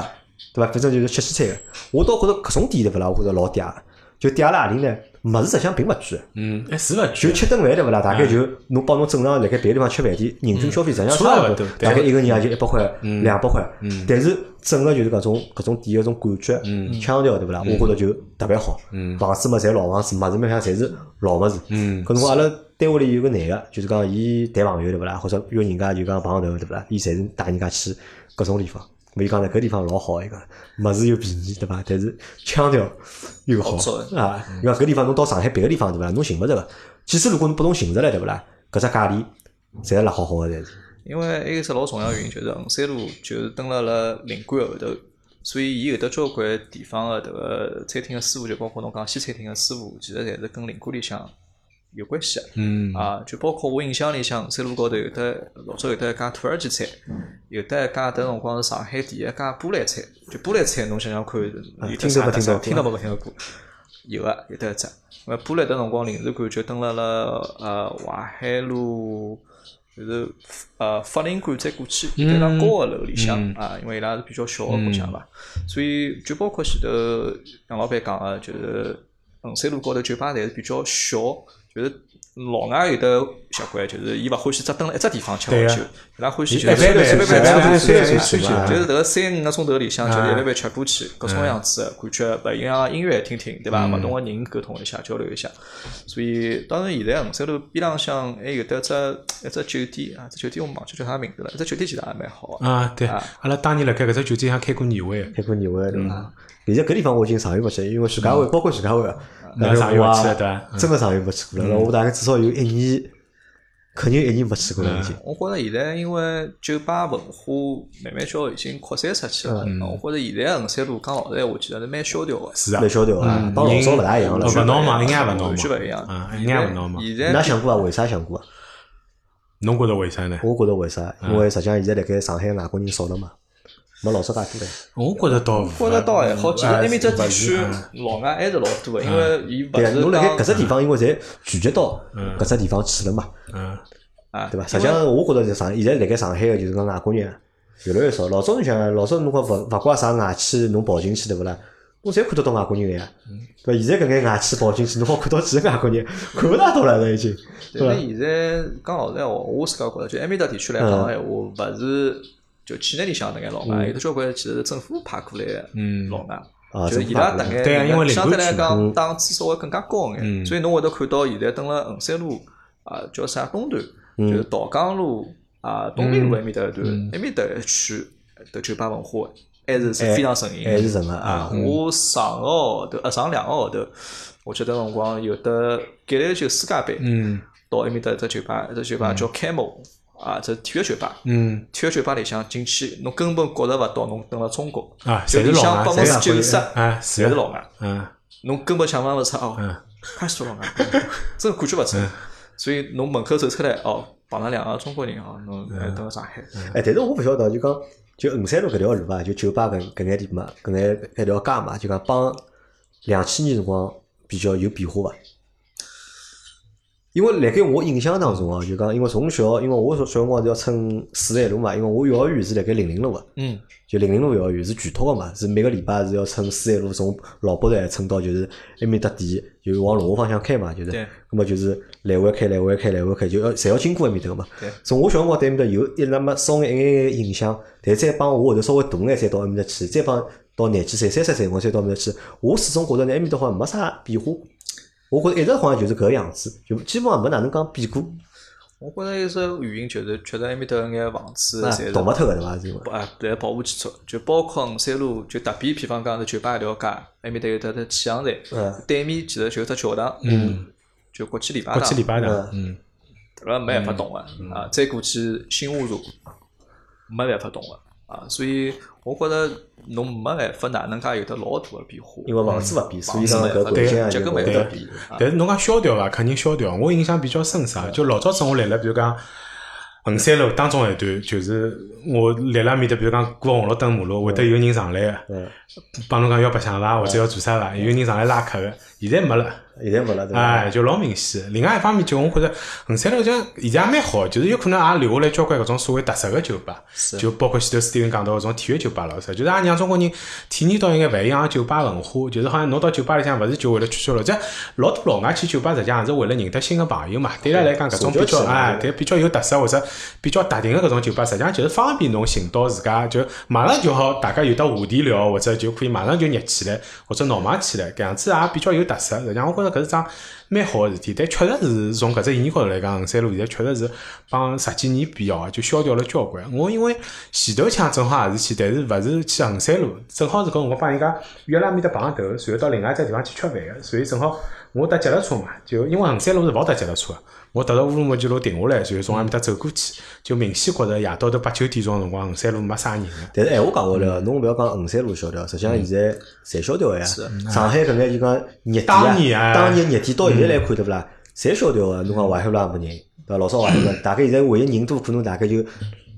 Speaker 2: 对伐？反正就是吃西餐个。我倒觉着搿种店对勿啦，我觉着老嗲个。就嗲辣何里呢？物事实际上并勿贵，
Speaker 1: 嗯，哎，是勿
Speaker 2: 就
Speaker 1: 贵，
Speaker 2: 吃顿饭对勿啦？
Speaker 1: 嗯
Speaker 2: 大概就侬帮侬正常辣盖别个地方吃饭店，人均消费实际上差勿
Speaker 1: 差勿多对
Speaker 2: 多，
Speaker 1: 嗯
Speaker 2: 大概一个人也就一百块、两百块。但是整个就是搿种搿种店个种感觉、
Speaker 1: 嗯
Speaker 2: 腔调对勿啦？我觉着就特别好。房子嘛，侪老房子，物事嘛，像侪是老物事。
Speaker 1: 嗯
Speaker 2: 搿辰光阿拉单位里有个男个，就是讲伊谈朋友对勿啦，或者约人家就讲碰头对勿啦，伊侪是带人家去搿种地方。咾伊讲呢，搿地方老好，伊讲物事又便宜对伐？但是腔调又好
Speaker 3: 好做
Speaker 2: 啊！伊讲搿地方侬到上海别个地方对伐？侬寻勿着个。即使如果侬拨侬寻着了对勿啦？搿只价钿侪辣好好个，侪是。
Speaker 3: 因为还有一只老重要原因，就是衡山路就是蹲辣辣领馆后头，所以伊有得交关地方个迭个餐厅个师傅，就包括侬讲西餐厅个师傅，其实侪是跟领馆里向有关系个。
Speaker 1: 嗯
Speaker 3: 啊，就包括我印象里向衡山路高头有得老早有得一家土耳其菜，有得一家迭辰光是上海第一家波兰菜，就波兰菜侬想想看，有得
Speaker 2: 听都
Speaker 3: 啥
Speaker 2: 没
Speaker 3: 特
Speaker 2: 听
Speaker 3: 色？
Speaker 2: 到
Speaker 3: 听到没？没听到过。有个有得一只。我波兰迭辰光领事馆就蹲辣辣呃淮海路，就是呃法令馆再过去一幢高个楼里向啊，因为伊拉是比较小个国家嘛，所以就包括前头杨老板讲个，就是衡山路高头酒吧侪是比较小，就是。老外有的习惯，就是伊勿欢喜只蹲辣一只地方吃好
Speaker 1: 对啊
Speaker 3: 酒，伊拉欢喜就
Speaker 1: 一
Speaker 3: 是
Speaker 1: 般般
Speaker 3: 一
Speaker 1: 一啊般般
Speaker 3: 般
Speaker 1: 一般般
Speaker 3: 吃
Speaker 1: 吃嘛
Speaker 3: 就是迭个三五个钟头里向，就是一般般吃过去，各
Speaker 1: 啊
Speaker 3: 种样子的感觉，勿一样的音乐听听，
Speaker 1: 嗯
Speaker 3: 对伐？勿同个人沟通一下，交流一下。所以，当然现在衡山路边浪向还有得只一只酒店啊，只酒店我忘记叫啥名字了，一只酒店其实也蛮好个。
Speaker 1: 啊，对，
Speaker 3: 啊
Speaker 1: 阿拉当年辣盖搿只酒店上开过年会，
Speaker 2: 开过年会对伐？现在搿地方我已经上游勿去，因为徐家汇包括徐家汇啊，
Speaker 1: 那
Speaker 2: 反正
Speaker 1: 上游
Speaker 2: 我
Speaker 1: 勿去了
Speaker 2: 也
Speaker 1: 对伐嗯
Speaker 2: 真个上游勿去过了，我大概至少有一年，肯定有一年没去过了已经。
Speaker 3: 我觉着现在因为酒吧文化慢慢叫已经扩散出去了，我觉着现在衡山路讲老实闲话，其实是蛮萧条个。
Speaker 1: 是啊
Speaker 2: 蛮，萧条啊，帮老早勿大一样了
Speaker 1: 嗯。勿闹嘛，一眼也勿闹
Speaker 3: 完全
Speaker 1: 嘛，
Speaker 3: 勿一样，
Speaker 1: 啊
Speaker 3: 现
Speaker 1: 一眼
Speaker 3: 在
Speaker 1: 也勿闹嘛
Speaker 3: 现
Speaker 2: 㑚
Speaker 3: 在
Speaker 2: 想过伐？为啥想过啊？
Speaker 1: 侬觉着为啥呢？
Speaker 2: 我觉着为啥？因为实际上现在辣盖上海外国人少了嘛，没老早介多了。
Speaker 1: 我觉着倒，啊
Speaker 3: 觉着倒还好，其实埃面只地区
Speaker 1: 嗯
Speaker 3: 老外还是老多的，因为伊勿
Speaker 2: 对啊，
Speaker 3: 是嗯
Speaker 2: 侬辣盖搿只
Speaker 3: 讲
Speaker 2: 地方，因为侪聚集到搿只地方去了嘛，
Speaker 1: 嗯，
Speaker 3: 啊，
Speaker 2: 对伐？实际上，我觉着就上现在辣盖上海个就是讲外国人啊越来越少。老早侬想啊，老早侬讲勿勿怪啥外企，侬跑进去对勿啦？侬侪看得到外国人个呀，
Speaker 3: 嗯
Speaker 2: 对伐？现在搿眼外企跑进去，侬好看到几个外国人，看勿大到了都已经，对
Speaker 3: 但
Speaker 2: 伐？
Speaker 3: 是现在讲老实闲话，我自家觉着，就埃面搭地区来讲个闲话，勿是就企业里向那眼老外，有的交关其实是政府派过来个
Speaker 1: 嗯
Speaker 3: 老外。
Speaker 2: 啊
Speaker 3: 就是伊拉大概
Speaker 1: 对啊因为领
Speaker 3: 相对
Speaker 1: 导
Speaker 3: 来
Speaker 1: 区
Speaker 3: 讲档次稍微更加高一眼，
Speaker 1: 嗯
Speaker 3: 所以侬会得看到现在蹲辣衡山路啊，叫啥东段，
Speaker 2: 嗯
Speaker 3: 就是桃江路啊、东平
Speaker 1: 嗯
Speaker 3: 路埃面搭一段，埃面搭一区的酒吧文化还是
Speaker 1: 哎
Speaker 3: 非常盛行的，
Speaker 2: 还是什么
Speaker 3: 啊
Speaker 2: 啊？，
Speaker 1: 嗯
Speaker 3: 我上个号头，呃，上两个号头，我记得辰光有的橄榄球世界杯，
Speaker 1: 嗯
Speaker 3: 到埃面搭一只酒吧，一只酒吧叫 Camel，啊，这体育酒吧。
Speaker 1: 嗯，
Speaker 3: 体育酒吧里向进去，侬根本觉着勿到侬蹲辣中国
Speaker 1: 啊
Speaker 3: 就
Speaker 1: 侪是
Speaker 3: 里
Speaker 1: 老
Speaker 3: 向
Speaker 1: 外
Speaker 3: 百
Speaker 1: 侪
Speaker 3: 分
Speaker 1: 是
Speaker 3: 之九十
Speaker 1: 啊
Speaker 3: 侪
Speaker 1: 是
Speaker 3: 是
Speaker 1: 啊，
Speaker 3: 老外，
Speaker 1: 嗯
Speaker 3: 侬根本想象勿出哦
Speaker 1: 嗯，
Speaker 3: 介许多老外，啊 真个感觉勿出。所以侬门口走出来哦，碰着两个中国人哦，侬来蹲辣上海，
Speaker 1: 嗯
Speaker 2: 哎，但是我勿晓得，就讲就衡山路搿条路啊，就酒吧搿搿眼地嘛，搿眼搿条街嘛，就讲帮两千年辰光比较有变化伐？因为辣盖我印象当中啊，就讲因为从小，因为我小小辰光是要乘四站路嘛，因为我幼儿园是辣盖零陵路个，
Speaker 3: 嗯，
Speaker 2: 就零陵路幼儿园是全托个嘛，是每个礼拜是要乘四站路从老北站乘到就是埃面搭底，就是往龙河方向开嘛，就是
Speaker 3: 对，
Speaker 2: 那么就是来回开来回开来回开，就要侪要经过埃面搭个嘛。
Speaker 3: 对，
Speaker 2: 从我小辰光对埃面搭有一那么稍微一眼眼印象，但再帮我后头稍微大眼再到埃面搭去，再帮到廿几岁、三十岁我再到埃面搭去，我始终觉着呢埃面搭好像没啥变化。我觉着一直好像就是搿个样子，就基本上没哪能讲变过，
Speaker 3: 我觉着有只原因就是确实埃面搭有眼房子
Speaker 2: 啊
Speaker 3: 侪是
Speaker 2: 动勿脱个对伐？是因为
Speaker 3: 啊，来保护建筑，就包括衡山路，就特别比方讲是酒吧一条街，埃面搭有得只气象站
Speaker 2: 嗯，
Speaker 3: 对面其实就是只教堂，嗯，就国际礼拜
Speaker 1: 国
Speaker 3: 堂
Speaker 1: 际，礼拜堂
Speaker 2: 嗯，
Speaker 1: 嗯
Speaker 3: 啊搿个没办法动个啊，再过去新华社没办法动个，啊，所以我觉着侬没办法，哪能介有得老大个变化，
Speaker 2: 因为房子勿变，所以
Speaker 3: 房
Speaker 2: 讲搿
Speaker 3: 子没法
Speaker 2: 环境
Speaker 3: 变
Speaker 2: 也
Speaker 3: 结
Speaker 2: 有
Speaker 3: 构没
Speaker 2: 问题
Speaker 1: 对
Speaker 3: 得
Speaker 1: 啊
Speaker 3: 变。啊
Speaker 1: 但是侬讲萧条伐？肯定萧条。我印象比较深啥？就老早子我来了，比如讲衡山路当中一段，就是我来了面搭，比如讲过红绿灯马路，会得有人上来个，
Speaker 2: 嗯，
Speaker 1: 帮侬讲要白相伐，或者要做啥伐，有人上来拉客个。现在没了，
Speaker 2: 现在没了对伐？
Speaker 1: 哎，就老明显。另外一方面，就我觉着衡山路像现在也蛮好，就是有可能也留下来交关搿种所谓特色个酒吧，
Speaker 3: 是
Speaker 1: 就包括前头 Steven 讲到搿种体育酒吧老啥，就是也让中国人体验到一眼勿一样个酒吧文化，就是好像侬到酒吧里向勿是就为了取消了，这老多老外去酒吧实际上也是为了认得新个朋友嘛。对伊拉来讲，搿种比较
Speaker 2: 社交圈嘛
Speaker 1: 哎，
Speaker 2: 对
Speaker 1: 对比较有特色或者比较特定个搿种酒吧，实际上就是方便侬寻到自家，就马上就好，大家有得话题聊，或者就可以马上就热起来，或者闹忙起来，搿样子也比较有特色。实际上，我觉着搿是桩蛮好个事体，但确实是从搿只意义高头来讲，衡山路现在确实是帮十几年比哦，就消掉了交关。我因为前头腔正好也是去，但是勿是去衡山路，正好是搿辰光帮人家约了埃面搭碰头，然后到另外一只地方去吃饭个，所以正好我搭脚踏车嘛，就因为衡山路是勿好搭脚踏车个，我搭到乌鲁木齐路停下来，然后从埃面搭走过去，就明显觉着夜到头八九点钟的辰光，衡山路没啥人个。
Speaker 2: 但是闲话讲回来哦，
Speaker 1: 嗯
Speaker 2: 侬勿要讲衡山路萧条，实际上现在侪萧条个呀。
Speaker 3: 是
Speaker 2: 上海搿眼就讲热点
Speaker 1: 当年嗯
Speaker 2: 啊，
Speaker 1: 啊
Speaker 2: 当年热点到现在来看对勿啦？侪萧条个，侬讲淮海路也没人，对伐？老早淮海路，大概现在唯一人多可能大概就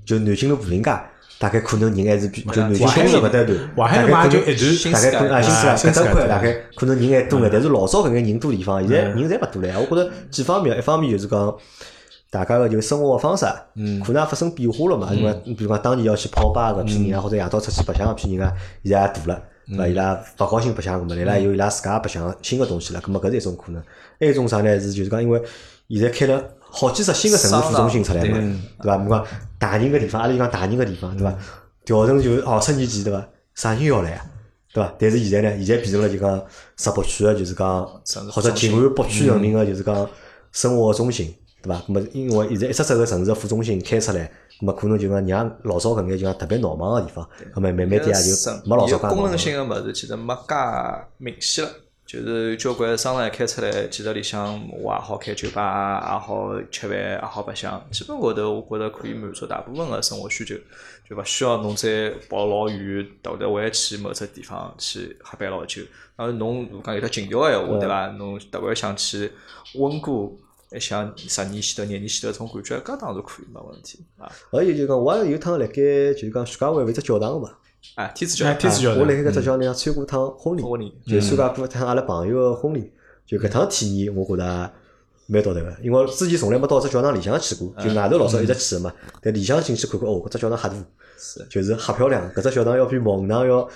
Speaker 2: 就南京路步行街，大概可能人还是比就南京东路搿搭段，
Speaker 1: 淮海路
Speaker 2: 大概
Speaker 1: 嘛就
Speaker 2: 可能
Speaker 1: 一段
Speaker 2: 大概可能啊，
Speaker 1: 新世界
Speaker 2: 新世界搿
Speaker 1: 啊新世界
Speaker 2: 搭块大概可能人还多眼，但是老早搿眼人多地方，现在人侪勿多了。我觉着几方面，一方面就是讲。大家个就生活个方式，啊可能也发生变化了嘛。因为比如讲当年要去泡吧搿批人啊，或者夜到出去白相搿批人啊，现在也大了，对伐？伊拉勿高兴白相搿么，伊拉有伊拉自家白相新个东西了，搿么搿是一种可能。还有一种啥呢？是就是讲因为现在开了好几只新个城市副中心出来
Speaker 3: 商
Speaker 2: 嘛
Speaker 3: 场，
Speaker 2: 对伐？侬讲大人个地方，阿拉就讲大人个地方，对伐？调成就是哦二十年前，对伐？啥人要来啊？对伐？但是现在呢，现在变成了就讲石北区个，就是讲
Speaker 3: 城市
Speaker 2: 或者
Speaker 3: 中心嗯
Speaker 2: 静安北区人民个，就是讲生活个中心，对伐？那么因为现在一只只个城市个副中心开出来，那么可能就讲让老早搿眼就讲特别闹忙个地方，那么慢慢点也啊就
Speaker 3: 省
Speaker 2: 没老早
Speaker 3: 伊个
Speaker 2: 介
Speaker 3: 功
Speaker 2: 闹
Speaker 3: 能
Speaker 2: 忙
Speaker 3: 性个物事其实没介明显了。就是交关商场一开出来，其实里向我也好开酒吧，啊也好吃饭，也好白相。基本高头，我觉着可以满足大部分个生活需求，就勿需要侬再跑老远，或者回去某只地方去喝杯老酒。当然，侬如果讲有得情调个闲
Speaker 2: 嗯
Speaker 3: 话，对伐？侬特别想去温故，还想十年前头、廿年前头种感觉，搿当然可以没问题啊！
Speaker 2: 还有就讲，我也有趟辣盖就是讲徐家汇有一只教堂嘛，
Speaker 3: 啊，天子教嗯
Speaker 1: 哎天子教堂
Speaker 2: 我辣盖搿只教堂参加趟婚礼，
Speaker 3: 婚礼
Speaker 2: 就参加过一趟阿拉朋友个婚礼，就搿趟体验我觉着蛮到头个，因为我之前从来没到只教堂里向去过，就外头老早一直去个嘛，但里向进去看看，哦，搿只教堂吓大，
Speaker 3: 是
Speaker 2: 就是吓漂亮，搿只教堂要比孟堂要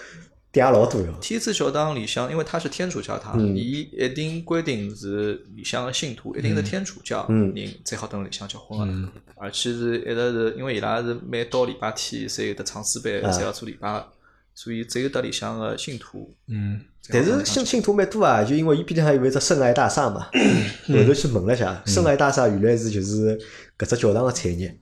Speaker 2: 嗲老多要。
Speaker 3: 天主教堂里向，因为它是天主教堂，
Speaker 2: 嗯
Speaker 3: 伊一定规定是里向的信徒一定是天主教
Speaker 2: 嗯
Speaker 3: 人才好登里向结婚个，而且是一直是因为伊拉是每到礼拜天侪有得唱诗班，
Speaker 2: 啊
Speaker 3: 侪要做礼拜个，所以只有得里向的信徒。
Speaker 1: 嗯，
Speaker 2: 但是信信徒蛮多啊，就因为伊边上有一只圣爱大厦 嘛，后头去问了一下，
Speaker 1: 嗯
Speaker 2: 圣爱大厦原来是就是搿只教堂个产业，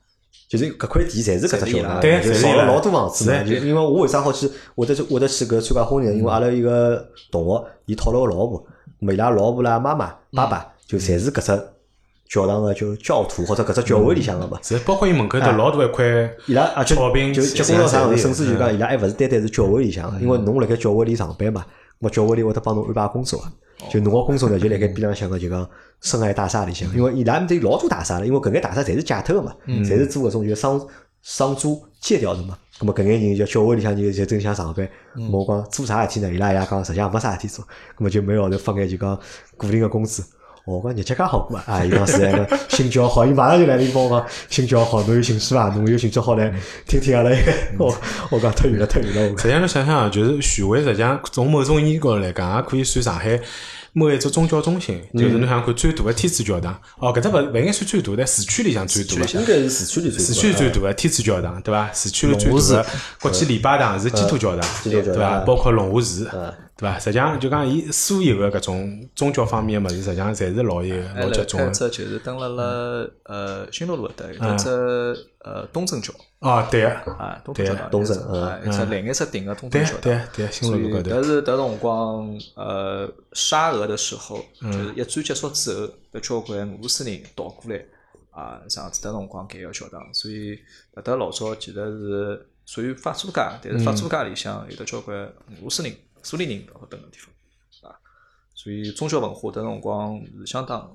Speaker 2: 就是搿块地侪是搿只教堂，啊
Speaker 1: 对
Speaker 2: 就
Speaker 1: 侪是
Speaker 2: 造
Speaker 1: 伊
Speaker 2: 了
Speaker 1: 拉
Speaker 2: 老多房子嘛。
Speaker 1: 是
Speaker 2: 就因为我为啥好去，我得去我得去搿参加婚礼，因为阿拉有一个同学，伊讨了个老婆，咾么伊拉老婆啦妈妈爸
Speaker 1: 嗯
Speaker 2: 爸就侪是搿只教堂个就教徒或者搿只教会里向个嘛。
Speaker 1: 是包括伊门口头老大一块，
Speaker 2: 啊伊拉而且
Speaker 1: 炒饼
Speaker 2: 就
Speaker 1: 是
Speaker 2: 结棍到啥
Speaker 1: 啥侪
Speaker 2: 程度，
Speaker 1: 有
Speaker 2: 甚至就讲伊拉还勿是单单是教会里向的，因为侬辣盖教会里上班嘛，咾教会里会得帮侬安排工作啊。就侬个工作呢，就辣盖边浪向个就讲深海大厦里向，因为伊拉面搭有老多大厦了，因为搿眼大厦侪是借脱个嘛，侪是做搿种就商商租借掉的嘛。葛么搿眼人就教会里向就就正想上班，咾我讲做啥事体呢？伊拉也讲实际上没啥事体做，葛么就每号头发眼就讲固定个工资。我讲日脚介好过啊！啊，伊讲是那个新教好，伊马上就来了，伊帮我讲新教好，侬有兴趣伐？啊侬有兴趣好来听听阿拉一个。
Speaker 1: 嗯
Speaker 2: 我我讲太远了，太远了，我
Speaker 1: 实际上，侬想想啊，就是徐汇，实际上从某种意义高头来讲，啊也可以算上海某一只宗教中心。就是侬
Speaker 2: 嗯
Speaker 1: 想想看，最大的天主教堂，哦，搿只勿勿应该算最大，但市区里向最大的。
Speaker 2: 应该是市区里
Speaker 1: 市区最大的天主教堂，对伐？市区里最
Speaker 2: 龙华
Speaker 1: 大
Speaker 2: 寺
Speaker 1: 的国际礼拜堂是基督教堂，
Speaker 2: 基督教堂
Speaker 1: 对伐？
Speaker 2: 嗯
Speaker 1: 包括龙华寺
Speaker 2: 嗯，
Speaker 1: 对伐？实际上就讲伊所有的搿种宗教方面的物事，实际上侪是老一个
Speaker 3: 还
Speaker 1: 老
Speaker 3: 辣
Speaker 1: 集中
Speaker 3: 哎开
Speaker 1: 的。
Speaker 3: 只就是登辣辣
Speaker 2: 嗯
Speaker 3: 呃新乐路搿搭有得只呃东正教
Speaker 1: 哦，对个，
Speaker 3: 啊，东正教堂
Speaker 2: 啊东正嗯啊
Speaker 3: 啊，一只蓝颜色顶个东正
Speaker 1: 对啊
Speaker 3: 教堂。
Speaker 1: 对对，新
Speaker 3: 所
Speaker 1: 闻
Speaker 3: 以
Speaker 1: 路高头。
Speaker 3: 但是迭辰光，呃，沙俄的时候，
Speaker 1: 嗯
Speaker 3: 就是一战结束之后，有交关俄罗斯人逃过来啊，上次迭辰光盖个教堂，所以搿搭老早其实是属于法租界，但
Speaker 1: 嗯
Speaker 3: 是法租界里向有得交关俄罗斯人、苏联人包括等等地方，啊，所以宗教文化迭辰光是相当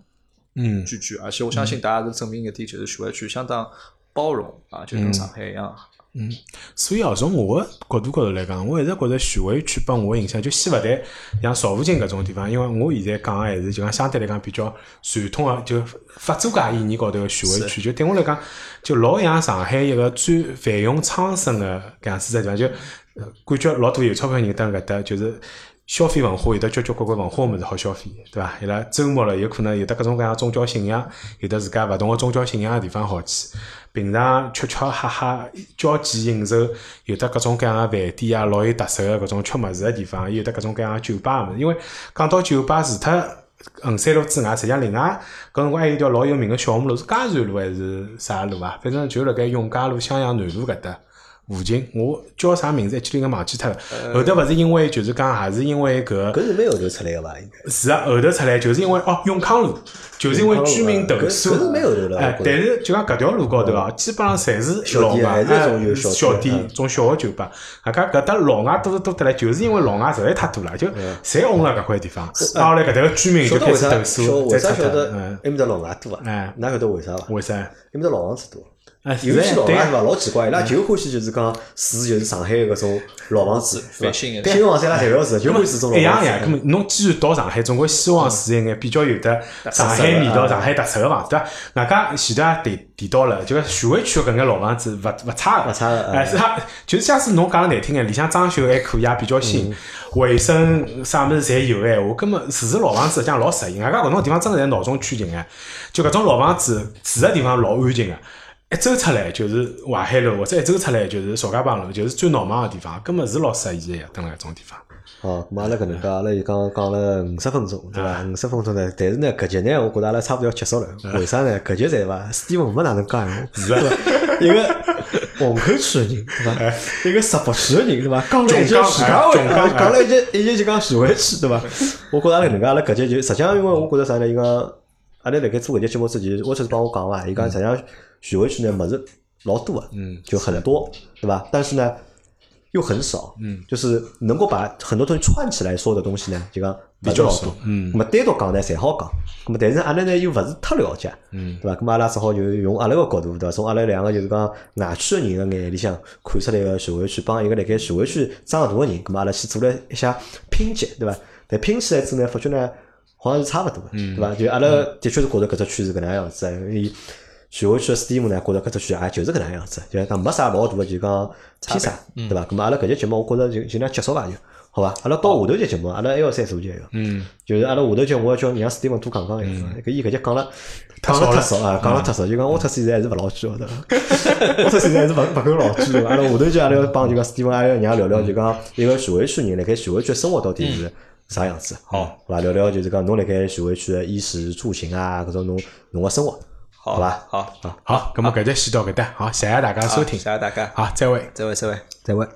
Speaker 1: 嗯
Speaker 3: 聚居，而且我相信大家是证明一点，就是徐汇区相当包容啊，就跟上海一样。
Speaker 1: 嗯，所以哦，从我个角度高头来讲，我一直觉着徐汇区拨我印象就先勿谈像邵附近搿种地方，因为我现在讲个还是就讲相对来讲比较传统个，就法租界意义高头个徐汇区，就对我来讲就老像上海一个最繁荣昌盛个搿样子只地方，就呃感觉老多有钞票人蹲搿搭，就是消费文化有得交交关关文化物事好消费，对伐？伊拉周末了，有可能有得各种各样的宗教信仰，有得自家勿同个宗教信仰个地方好去。平常吃吃喝喝，交际应酬，有得各种各样个饭店啊，老有特色个搿种吃物事个地方，也有得各种各样个酒吧个物事。因为讲到酒吧，除脱衡山路之外，实际上另外搿辰光还有一条老有名个小马路，是嘉善路还是啥路啊？反正就辣盖永嘉路、襄阳南路搿搭。附近，我叫啥名字，一记头应该忘记脱了。后头勿是因为，就是讲，还是因为搿
Speaker 2: 搿是蛮后头出来个伐？应该
Speaker 1: 是啊，后头出来就是因为哦，永康路，就是因为居民投诉
Speaker 2: 搿搿是蛮后头了
Speaker 1: 哎，
Speaker 2: 我觉得
Speaker 1: 但是就讲搿条路高头啊，基本上侪是
Speaker 2: 哦小
Speaker 1: 老
Speaker 2: 店
Speaker 1: 外，
Speaker 2: 还是
Speaker 1: 哎
Speaker 2: 种有小啊
Speaker 1: 小
Speaker 2: 店
Speaker 1: 店，种小个酒吧。啊，搿搿搭老外多得多得来，就是因为老外实在太多了，就
Speaker 2: 嗯
Speaker 1: 侪拥了搿块地方，啊，后来搿搭个居民就
Speaker 2: 晓得
Speaker 1: 开
Speaker 2: 为
Speaker 1: 始
Speaker 2: 啥
Speaker 1: 投
Speaker 2: 晓
Speaker 1: 诉，再
Speaker 2: 为啥
Speaker 1: 拆
Speaker 2: 晓
Speaker 1: 掉
Speaker 2: 得
Speaker 1: 嗯，
Speaker 2: 埃面搭老外多伐
Speaker 1: 哎？
Speaker 2: 㑚晓得为啥伐？埃
Speaker 1: 为啥？
Speaker 2: 面搭老房子多。
Speaker 1: 哎，
Speaker 2: 尤其
Speaker 1: 是
Speaker 2: 老
Speaker 1: 对
Speaker 2: 外是
Speaker 1: 啊
Speaker 2: 伐？老奇怪，伊拉就欢喜就是讲住就是上海搿种老房子，对
Speaker 3: 翻新
Speaker 2: 伐？
Speaker 3: 的
Speaker 2: 新房子伊拉侪勿要住，就欢喜这种
Speaker 1: 嗯一
Speaker 2: 老
Speaker 1: 样
Speaker 2: 房
Speaker 1: 呀，
Speaker 2: 子。
Speaker 1: 啊咁么侬既然到上海，总归希望住一眼比较有的上海味道、上海特色个房子。对伐外加前头也提提到了，就讲徐汇区搿眼老房子勿勿差个，
Speaker 2: 勿差个嗯
Speaker 1: 哎，是啊，就是假使侬讲得难听眼，里向装修还可以，啊也比较新，卫生啥物事侪有哎。我根本住住老房子讲老适应，外加搿种地方真个侪闹中取静哎。就搿种老房子住个地方老安静个。啊一走出来就是淮海路，或者一走出来就是曹家浜路，就是最闹忙个地方，根本是老适宜个呀，蹲辣搿种地方。
Speaker 2: 好，哦咁阿拉搿能介，阿拉就讲讲了五十分钟，对伐？五十分钟呢，但是呢，搿集呢，我觉着阿拉差勿多要结束了。为啥呢？搿集侪伐，史蒂文没哪能讲闲话， 对伐？一个虹口区个人，对伐？一个石浦区个人，对伐？讲了一句
Speaker 1: 总讲
Speaker 2: 徐家汇，
Speaker 1: 哎总
Speaker 2: 啊
Speaker 1: 讲
Speaker 2: 讲了一句一句就讲徐汇区，对伐？我觉着阿拉搿能介，阿拉搿集就实际上，因为我觉着啥呢？伊讲阿拉辣盖做搿节节目之前，我就是帮我讲伐，伊讲实际上徐汇区呢物事老多个，
Speaker 1: 嗯，
Speaker 2: 就很多，对吧？但是呢，又很少，
Speaker 1: 嗯，
Speaker 2: 就是能够把很多东西串起来说的东西呢，就讲
Speaker 1: 比较
Speaker 2: 勿是老
Speaker 1: 少
Speaker 2: 多，
Speaker 1: 嗯
Speaker 2: 那么单独讲呢，侪好讲，那么但是阿拉呢又勿是太了解，
Speaker 1: 嗯，
Speaker 2: 对吧？那么阿拉只好就用阿拉个角度，对吧？从阿拉两个就是讲外区的人的眼里向看出来个徐汇区，帮一个辣盖徐汇区长大个人，那么阿拉去做了一下拼接，对吧？但拼起来之后呢，发觉呢好像是差勿多的，
Speaker 1: 嗯
Speaker 2: 对吧？就阿拉的确是觉着搿只区是搿能样子，因为徐汇区的 Steam 呢，觉着搿只区也就是搿能样子，就讲没啥老大个就讲偏差，
Speaker 1: 嗯
Speaker 2: 对吧？咁么阿拉搿节节目我觉着就尽量结束伐就。好伐？阿拉到下头节节目，阿拉还要再做节个，
Speaker 1: 嗯，
Speaker 2: 就是阿拉下头节我要叫让 Steven 多讲讲一个，搿伊搿节讲了讲了太少啊，讲了太少，就讲沃特现在还是勿老句的， 沃特现在还是勿勿够老句的。阿拉下头节阿拉要帮就讲 Steven 阿拉要让聊聊就讲一个徐汇区人辣盖徐汇区生活到底是啥样子，
Speaker 1: 好，
Speaker 2: 伐？聊聊就是讲侬辣盖徐汇区的衣食住行啊，搿种侬侬个生活，好
Speaker 3: 好
Speaker 2: 伐？
Speaker 3: 好，
Speaker 1: 好，咁么搿节先到搿搭，好，谢谢大家收听
Speaker 3: 谢，谢大家，
Speaker 1: 好，再会。
Speaker 3: 再会，再会。
Speaker 2: 再会。